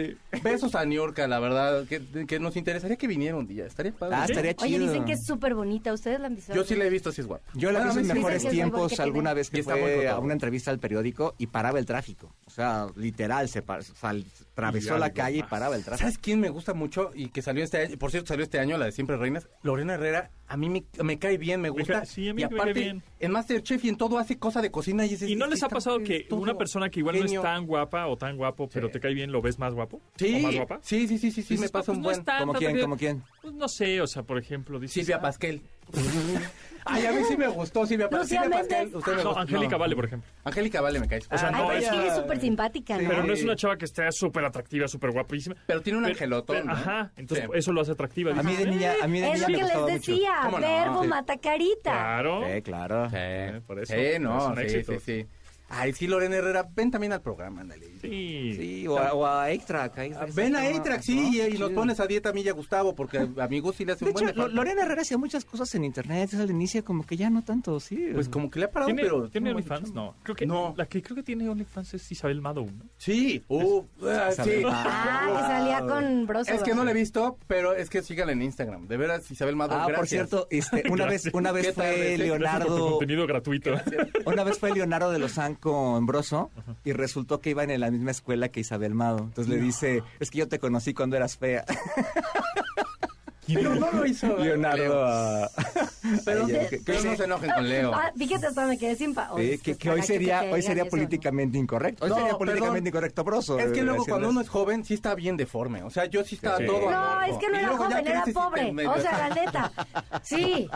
Speaker 5: Besos a Niurka, la verdad, que, que nos interesaría que viniera un día. Estaría padre.
Speaker 3: Ah, estaría chido.
Speaker 4: Oye, dicen que es súper bonita. ¿Ustedes la han visto?
Speaker 5: Yo sí la he visto, así es guapa.
Speaker 3: Yo la
Speaker 5: Bueno,
Speaker 3: vi
Speaker 5: a
Speaker 3: en
Speaker 5: mí sí me
Speaker 3: mejores
Speaker 5: dicen que-
Speaker 4: igual que
Speaker 3: tiempos
Speaker 4: tiene.
Speaker 3: alguna vez
Speaker 5: Y
Speaker 3: que
Speaker 5: está muy
Speaker 3: fue
Speaker 5: cotorro.
Speaker 3: a una entrevista al periódico y paraba el tráfico. O sea, literal, se, pa- o sea, atravesó
Speaker 2: Y
Speaker 3: la
Speaker 2: algo
Speaker 3: calle
Speaker 2: más.
Speaker 3: y paraba el tráfico.
Speaker 5: ¿Sabes quién me gusta mucho y que salió este año? Por cierto, salió este año la de Siempre Reinas. Lorena Herrera, a mí me, me cae bien, me gusta.
Speaker 2: cae- sí, a mí
Speaker 5: y
Speaker 2: me cae
Speaker 5: aparte,
Speaker 2: bien.
Speaker 5: en Masterchef y en todo hace cosa de cocina. ¿Y, es-
Speaker 2: ¿Y no
Speaker 5: es-
Speaker 2: les ha
Speaker 5: está-
Speaker 2: pasado que
Speaker 5: es todo
Speaker 2: una persona que igual
Speaker 5: genio.
Speaker 2: no es tan guapa o tan guapo, pero te cae bien, lo ves más guapo? ¿O
Speaker 5: Sí,
Speaker 2: más guapa?
Speaker 5: sí, sí, sí, sí, sí, me
Speaker 2: Dices,
Speaker 5: pasa
Speaker 2: pues,
Speaker 5: un
Speaker 2: no
Speaker 5: buen...
Speaker 2: es tanta,
Speaker 3: ¿Como quién?
Speaker 2: porque-
Speaker 3: ¿Como
Speaker 5: <laughs>
Speaker 3: quién?
Speaker 2: Pues no sé, o sea, por ejemplo, dices...
Speaker 5: Silvia
Speaker 2: ah,
Speaker 5: Pasquel. <laughs> Ay, a mí sí me gustó Silvia, Pa-
Speaker 4: Lucía
Speaker 5: Silvia Pasquel.
Speaker 4: Méndez.
Speaker 5: Usted me
Speaker 2: "Ah, No,
Speaker 5: gusta.
Speaker 2: Angélica
Speaker 5: No.
Speaker 2: Vale, por ejemplo.
Speaker 5: Angélica Vale me cae.
Speaker 2: O sea,
Speaker 4: Ay,
Speaker 2: no
Speaker 4: pero
Speaker 2: es-
Speaker 4: es que ella es súper simpática, ¿no?
Speaker 2: Pero no es
Speaker 5: Sí.
Speaker 2: una chava que esté súper atractiva, súper guapísima.
Speaker 5: Pero tiene un
Speaker 2: Pero-
Speaker 5: angelotón,
Speaker 2: pero-
Speaker 5: ¿no?
Speaker 2: Ajá, entonces pues,
Speaker 5: Sí.
Speaker 2: eso lo hace atractiva.
Speaker 3: A mí
Speaker 2: dices, "Eh,
Speaker 3: de niña, a mí de
Speaker 4: es
Speaker 3: niña
Speaker 4: lo
Speaker 3: me
Speaker 4: que les
Speaker 3: gustaba mucho.
Speaker 4: decía,
Speaker 5: ¿Cómo no?
Speaker 4: verbo
Speaker 5: Sí. Ah.
Speaker 4: mata carita.
Speaker 2: Claro.
Speaker 3: Sí, claro.
Speaker 5: Sí,
Speaker 2: ah, eh, por eso,
Speaker 5: Sí,
Speaker 2: es
Speaker 5: no,
Speaker 2: un
Speaker 5: sí,
Speaker 2: éxito.
Speaker 5: sí, sí. Ay, sí, Lorena Herrera, ven también al programa, ándale.
Speaker 2: Sí.
Speaker 3: Sí, o a, o a Eitrack, ahí-
Speaker 5: Ah, Ven a
Speaker 3: ¿no?
Speaker 5: Eitrax, sí, y,
Speaker 3: ¿No?
Speaker 5: y nos
Speaker 3: Chido.
Speaker 5: pones a dieta a mí y a Gustavo, porque a mi Gus sí le hace
Speaker 3: De
Speaker 5: un buen
Speaker 3: hecho, Lo-
Speaker 5: deporte.
Speaker 3: Lorena Herrera hacía muchas cosas en internet, es al inicio como que ya no tanto, sí.
Speaker 5: Pues como que le ha parado,
Speaker 2: ¿Tiene,
Speaker 5: pero...
Speaker 2: ¿tiene
Speaker 5: no,
Speaker 2: OnlyFans? No. Creo que,
Speaker 5: No.
Speaker 2: La que creo que tiene OnlyFans es Isabel Mado, ¿no?
Speaker 5: Sí, uh, ah,
Speaker 3: Esa
Speaker 5: sí.
Speaker 3: me va.
Speaker 4: Ah, que salía con broso.
Speaker 5: Es que no la he visto, pero es que síganla en Instagram. De veras, Isabel Mado,
Speaker 3: Ah,
Speaker 5: gracias.
Speaker 3: por cierto,
Speaker 2: <laughs>
Speaker 3: este, una vez, una
Speaker 5: Qué
Speaker 3: vez fue
Speaker 5: tarde, sí.
Speaker 2: Gracias por tu
Speaker 3: Leonardo,
Speaker 2: contenido gratuito.
Speaker 3: una vez fue Leonardo de Lozán con Broso y resultó que iban en la misma escuela que Isabel Mado. Entonces le dice, es que yo te conocí cuando eras fea.
Speaker 5: Pero <laughs> no lo hizo.
Speaker 3: Leonardo.
Speaker 5: Leo.
Speaker 3: ah,
Speaker 5: Pero,
Speaker 3: Ay, ya, que-
Speaker 5: pero no se <laughs> enojen con Leo.
Speaker 4: Ah, fíjate, hasta me quedé sin pa.
Speaker 3: sí,
Speaker 4: es
Speaker 3: que, que
Speaker 4: para
Speaker 3: hoy
Speaker 4: qué
Speaker 3: sería,
Speaker 4: te
Speaker 3: hoy
Speaker 4: digan
Speaker 3: sería
Speaker 4: eso,
Speaker 3: políticamente incorrecto. Hoy
Speaker 5: No,
Speaker 3: sería
Speaker 5: perdón.
Speaker 3: políticamente incorrecto Broso. eh,
Speaker 5: Es que luego cuando
Speaker 3: haciendo
Speaker 5: uno es joven sí está bien deforme. O sea, yo sí estaba
Speaker 2: Sí.
Speaker 5: todo...
Speaker 4: ¿no? No,
Speaker 5: amorfo.
Speaker 4: es que no
Speaker 5: Y
Speaker 4: era
Speaker 5: luego ya
Speaker 4: joven, era
Speaker 5: creces y te
Speaker 4: pobre.
Speaker 5: medio-
Speaker 4: O sea, la neta.
Speaker 5: <laughs>
Speaker 4: Sí.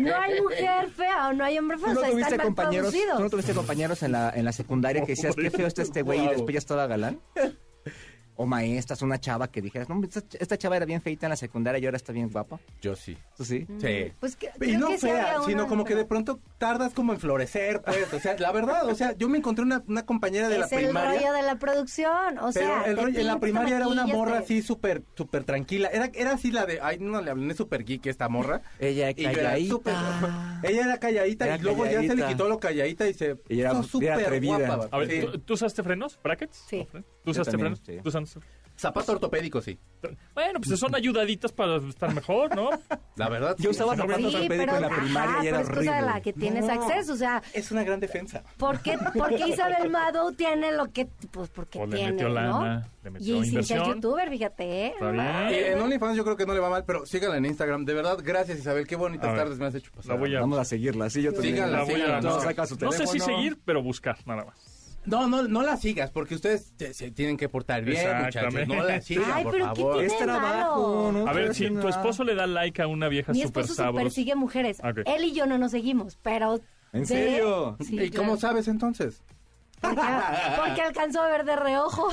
Speaker 4: No hay mujer fea o no hay hombre feo.
Speaker 3: ¿Tú
Speaker 4: o
Speaker 3: no
Speaker 4: sea,
Speaker 3: tuviste
Speaker 4: están mal
Speaker 3: compañeros, tú no
Speaker 4: producidos.
Speaker 3: tuviste compañeros en la, en la secundaria que decías, qué feo está este güey y después ya estaba galán? O maestras, una chava que dijeras, no, esta, esta chava era bien feita en la secundaria y ahora está bien guapa.
Speaker 5: Yo sí.
Speaker 3: ¿Tú sí?
Speaker 5: Sí.
Speaker 4: Pues que,
Speaker 5: Y
Speaker 4: creo
Speaker 5: no
Speaker 4: que sí había
Speaker 5: fea,
Speaker 4: una,
Speaker 5: sino como que de
Speaker 4: pero-
Speaker 5: pronto tardas como en florecer, pues. O sea, la verdad, o sea, yo me encontré una, una compañera de la
Speaker 4: es el
Speaker 5: primaria.
Speaker 4: rollo de la producción. O
Speaker 5: Pero
Speaker 4: sea,
Speaker 5: el
Speaker 4: te
Speaker 5: rollo- en la
Speaker 4: pintas,
Speaker 5: primaria era una
Speaker 4: maquillas,
Speaker 5: morra
Speaker 4: te-
Speaker 5: así súper, súper tranquila. Era, era así la de, ay, no le hablé, es súper geek esta morra.
Speaker 3: Ella
Speaker 5: Y yo era
Speaker 3: calladita.
Speaker 5: súper- ella era calladita
Speaker 3: Era
Speaker 5: y luego ya se le
Speaker 3: calladita.
Speaker 5: quitó lo calladita y se
Speaker 3: Y era-
Speaker 5: puso
Speaker 3: era atrevida.
Speaker 5: guapa.
Speaker 2: A ver,
Speaker 5: Sí.
Speaker 2: ¿tú, tú usaste frenos? ¿Brackets?
Speaker 4: Sí.
Speaker 2: ¿Tú usaste
Speaker 3: también,
Speaker 2: frenos?
Speaker 3: sí.
Speaker 2: ¿Tú usaste-
Speaker 5: Zapato ortopédico, sí.
Speaker 2: Bueno, pues son ayudaditas para estar mejor, ¿no?
Speaker 5: La verdad.
Speaker 3: Yo
Speaker 5: sí.
Speaker 3: usaba
Speaker 2: Sí,
Speaker 3: zapatos
Speaker 4: Sí,
Speaker 3: ortopédicos
Speaker 4: pero
Speaker 3: en la primaria
Speaker 4: ajá,
Speaker 3: y era
Speaker 4: pero es cosa de la
Speaker 3: horrible.
Speaker 4: que tienes
Speaker 5: No.
Speaker 4: acceso, o sea,
Speaker 5: Es una gran defensa.
Speaker 4: ¿por qué, por qué Isabel Mado tiene lo que, pues porque
Speaker 2: O le
Speaker 4: tiene,
Speaker 2: metió lana,
Speaker 4: ¿no?
Speaker 2: le metió
Speaker 4: y sin ser
Speaker 2: inversión.
Speaker 4: youtuber, fíjate, ¿eh?
Speaker 2: Está
Speaker 5: Y
Speaker 2: bien.
Speaker 5: en OnlyFans yo creo que no le va mal, pero síganla en Instagram. De verdad, gracias Isabel, qué bonitas
Speaker 2: A ver,
Speaker 5: tardes me has hecho pasar.
Speaker 2: la voy a-
Speaker 3: Vamos a seguirla, sí, yo también.
Speaker 5: Síganla,
Speaker 2: La voy a-
Speaker 5: síganla.
Speaker 3: Todo
Speaker 2: no,
Speaker 3: saca su
Speaker 2: no sé si
Speaker 3: teléfono.
Speaker 2: seguir, pero buscar, nada más.
Speaker 5: No, no, no la sigas, porque ustedes te- se tienen que portar bien,
Speaker 2: Exactamente.
Speaker 5: muchachos. No la sigan,
Speaker 4: Ay,
Speaker 5: por
Speaker 4: pero ¿qué
Speaker 5: favor.
Speaker 4: tiene?
Speaker 3: Es trabajo, ¿no?
Speaker 2: A ver,
Speaker 3: Estoy
Speaker 2: si
Speaker 3: haciendo
Speaker 2: tu
Speaker 3: nada.
Speaker 2: esposo le da like a una vieja
Speaker 4: Mi
Speaker 2: súper
Speaker 4: esposo
Speaker 2: sabrosa.
Speaker 4: persigue mujeres.
Speaker 2: Ok.
Speaker 4: Él y yo no nos seguimos, pero...
Speaker 3: ¿En
Speaker 4: de-
Speaker 3: serio?
Speaker 4: Sí,
Speaker 5: ¿Y
Speaker 4: claro.
Speaker 5: cómo sabes entonces?
Speaker 4: Porque, porque alcanzó a ver de reojo.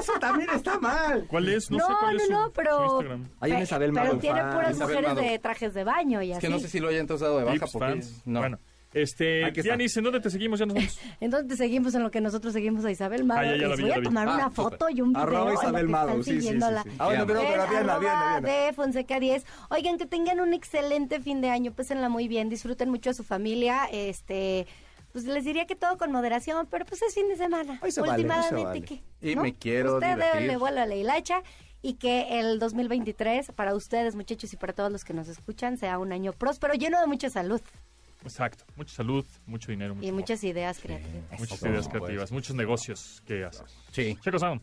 Speaker 5: Eso también está mal.
Speaker 2: ¿Cuál es? No,
Speaker 4: No,
Speaker 2: sé
Speaker 4: no,
Speaker 2: cuál
Speaker 4: no,
Speaker 2: es su- su
Speaker 4: pero...
Speaker 2: Instagram.
Speaker 3: Hay una
Speaker 4: pe-
Speaker 3: Isabel Ah,
Speaker 4: Pero
Speaker 3: Madu
Speaker 4: tiene
Speaker 3: fan.
Speaker 4: puras
Speaker 5: Isabel
Speaker 4: mujeres
Speaker 5: Madu.
Speaker 4: de trajes de baño y
Speaker 5: Es
Speaker 4: así.
Speaker 5: que no sé si lo hayan entonces dado de baja
Speaker 2: Tips,
Speaker 5: porque
Speaker 2: fans.
Speaker 5: no.
Speaker 2: Bueno, este,
Speaker 3: Aquí está.
Speaker 2: Dianis, ¿en dónde te seguimos? Ya nos vamos.
Speaker 4: Entonces te seguimos en lo que nosotros seguimos a Isabel Mado.
Speaker 2: Ah, ya, ya la
Speaker 4: Les
Speaker 2: vi,
Speaker 4: voy
Speaker 2: ya la
Speaker 4: a
Speaker 2: vi.
Speaker 4: tomar
Speaker 5: Ah,
Speaker 4: una
Speaker 5: súper.
Speaker 4: foto y un video.
Speaker 3: Arroba
Speaker 4: en lo que
Speaker 3: Isabel
Speaker 4: están
Speaker 3: Madu, sí, sí, sí,
Speaker 4: siguiéndola.
Speaker 3: sí. Ah, bueno, pero,
Speaker 5: En
Speaker 3: pero
Speaker 4: En
Speaker 3: Diana, Diana,
Speaker 4: arroba
Speaker 3: Diana.
Speaker 4: de Fonseca 10. Oigan, que tengan un excelente fin de año, pásenla muy bien, disfruten mucho a su familia, este... Pues les diría que todo con moderación, pero pues es fin de semana.
Speaker 3: Hoy se vale, hoy se
Speaker 4: Últimamente,
Speaker 3: vale.
Speaker 4: ¿qué?
Speaker 5: Y me quiero
Speaker 4: Ustedes
Speaker 5: divertir.
Speaker 4: le vuelo a la hilacha y que el 2023, para ustedes, muchachos, y para todos los que nos escuchan, sea un año próspero, lleno de mucha salud
Speaker 2: Exacto. Mucha salud, mucho dinero. Mucho
Speaker 4: y
Speaker 2: amor,
Speaker 4: muchas ideas creativas.
Speaker 2: muchas
Speaker 5: Por
Speaker 2: ideas
Speaker 5: supuesto.
Speaker 2: creativas, muchos negocios que hacer.
Speaker 5: Sí.
Speaker 2: Checo Sound.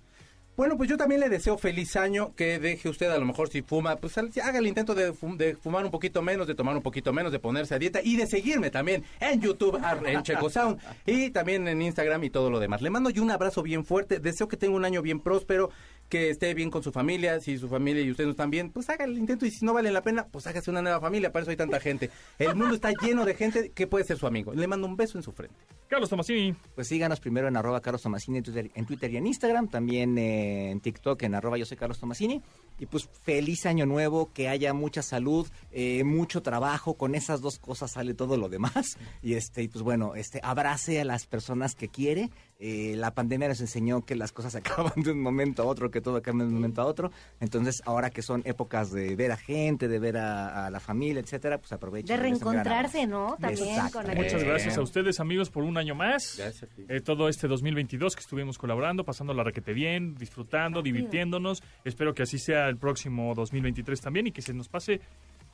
Speaker 5: Bueno, pues yo también le deseo feliz año, que deje usted a lo mejor si fuma, pues al- haga el intento de, fum- de fumar un poquito menos, de tomar un poquito menos, de ponerse a dieta y de seguirme también en YouTube, ar- en Checosound y también en Instagram y todo lo demás. Le mando yo un abrazo bien fuerte, deseo que tenga un año bien próspero, que esté bien con su familia, si su familia y usted no están bien, pues haga el intento y si no vale la pena, pues hágase una nueva familia, para eso hay tanta gente. El mundo está lleno de gente que puede ser su amigo. Le mando un beso en su frente.
Speaker 2: Carlos Tomasini.
Speaker 3: Pues síganos primero en arroba Carlos Tomasini en Twitter, en Twitter y en Instagram, también eh, en TikTok en arroba yo soy Carlos Tomasini. Y pues feliz año nuevo, que haya mucha salud, eh, mucho trabajo, con esas dos cosas sale todo lo demás. <laughs> Y este, y, pues bueno, este, abrace a las personas que quiere. Eh, la pandemia nos enseñó que las cosas <laughs> se acaban de un momento a otro, que todo cambia de un momento a otro. Entonces, ahora que son épocas de ver a gente, de ver a, a la familia, etcétera, pues aprovechen.
Speaker 4: De reencontrarse, ¿no? También
Speaker 3: Exacto.
Speaker 4: con
Speaker 3: Muchas
Speaker 2: Muchas
Speaker 5: Bien.
Speaker 2: gracias a ustedes, amigos, por un año más.
Speaker 5: Gracias a ti.
Speaker 2: Eh, todo este 2022 que estuvimos colaborando, pasando la requete bien, disfrutando, divirtiéndonos. Espero que así sea el próximo 2023 también y que se nos pase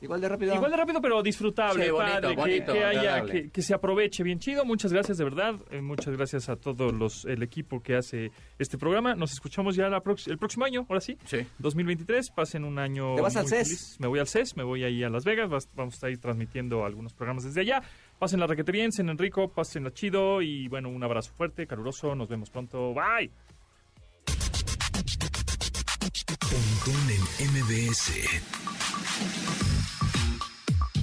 Speaker 3: Igual de rápido.
Speaker 2: igual de rápido, pero disfrutable,
Speaker 5: Sí, bonito,
Speaker 2: padre, que-
Speaker 5: bonito,
Speaker 2: que, haya-
Speaker 5: agradable.
Speaker 2: que- que se aproveche bien chido. Muchas gracias de verdad. Eh, muchas gracias a todo los, el equipo que hace este programa. Nos escuchamos ya la prox- el próximo año, ahora sí.
Speaker 5: Sí.
Speaker 2: 2023, pasen un año.
Speaker 3: ¿Te vas
Speaker 2: muy
Speaker 3: al E CES?
Speaker 2: feliz. Me voy al CES, me voy ahí a Las Vegas, vas- vamos a estar ahí transmitiendo algunos programas desde allá. Pasen la raquete bien, San Enrico, pasenla chido y bueno, un abrazo fuerte, caluroso, nos vemos pronto, bye.
Speaker 1: Pontón en MBS.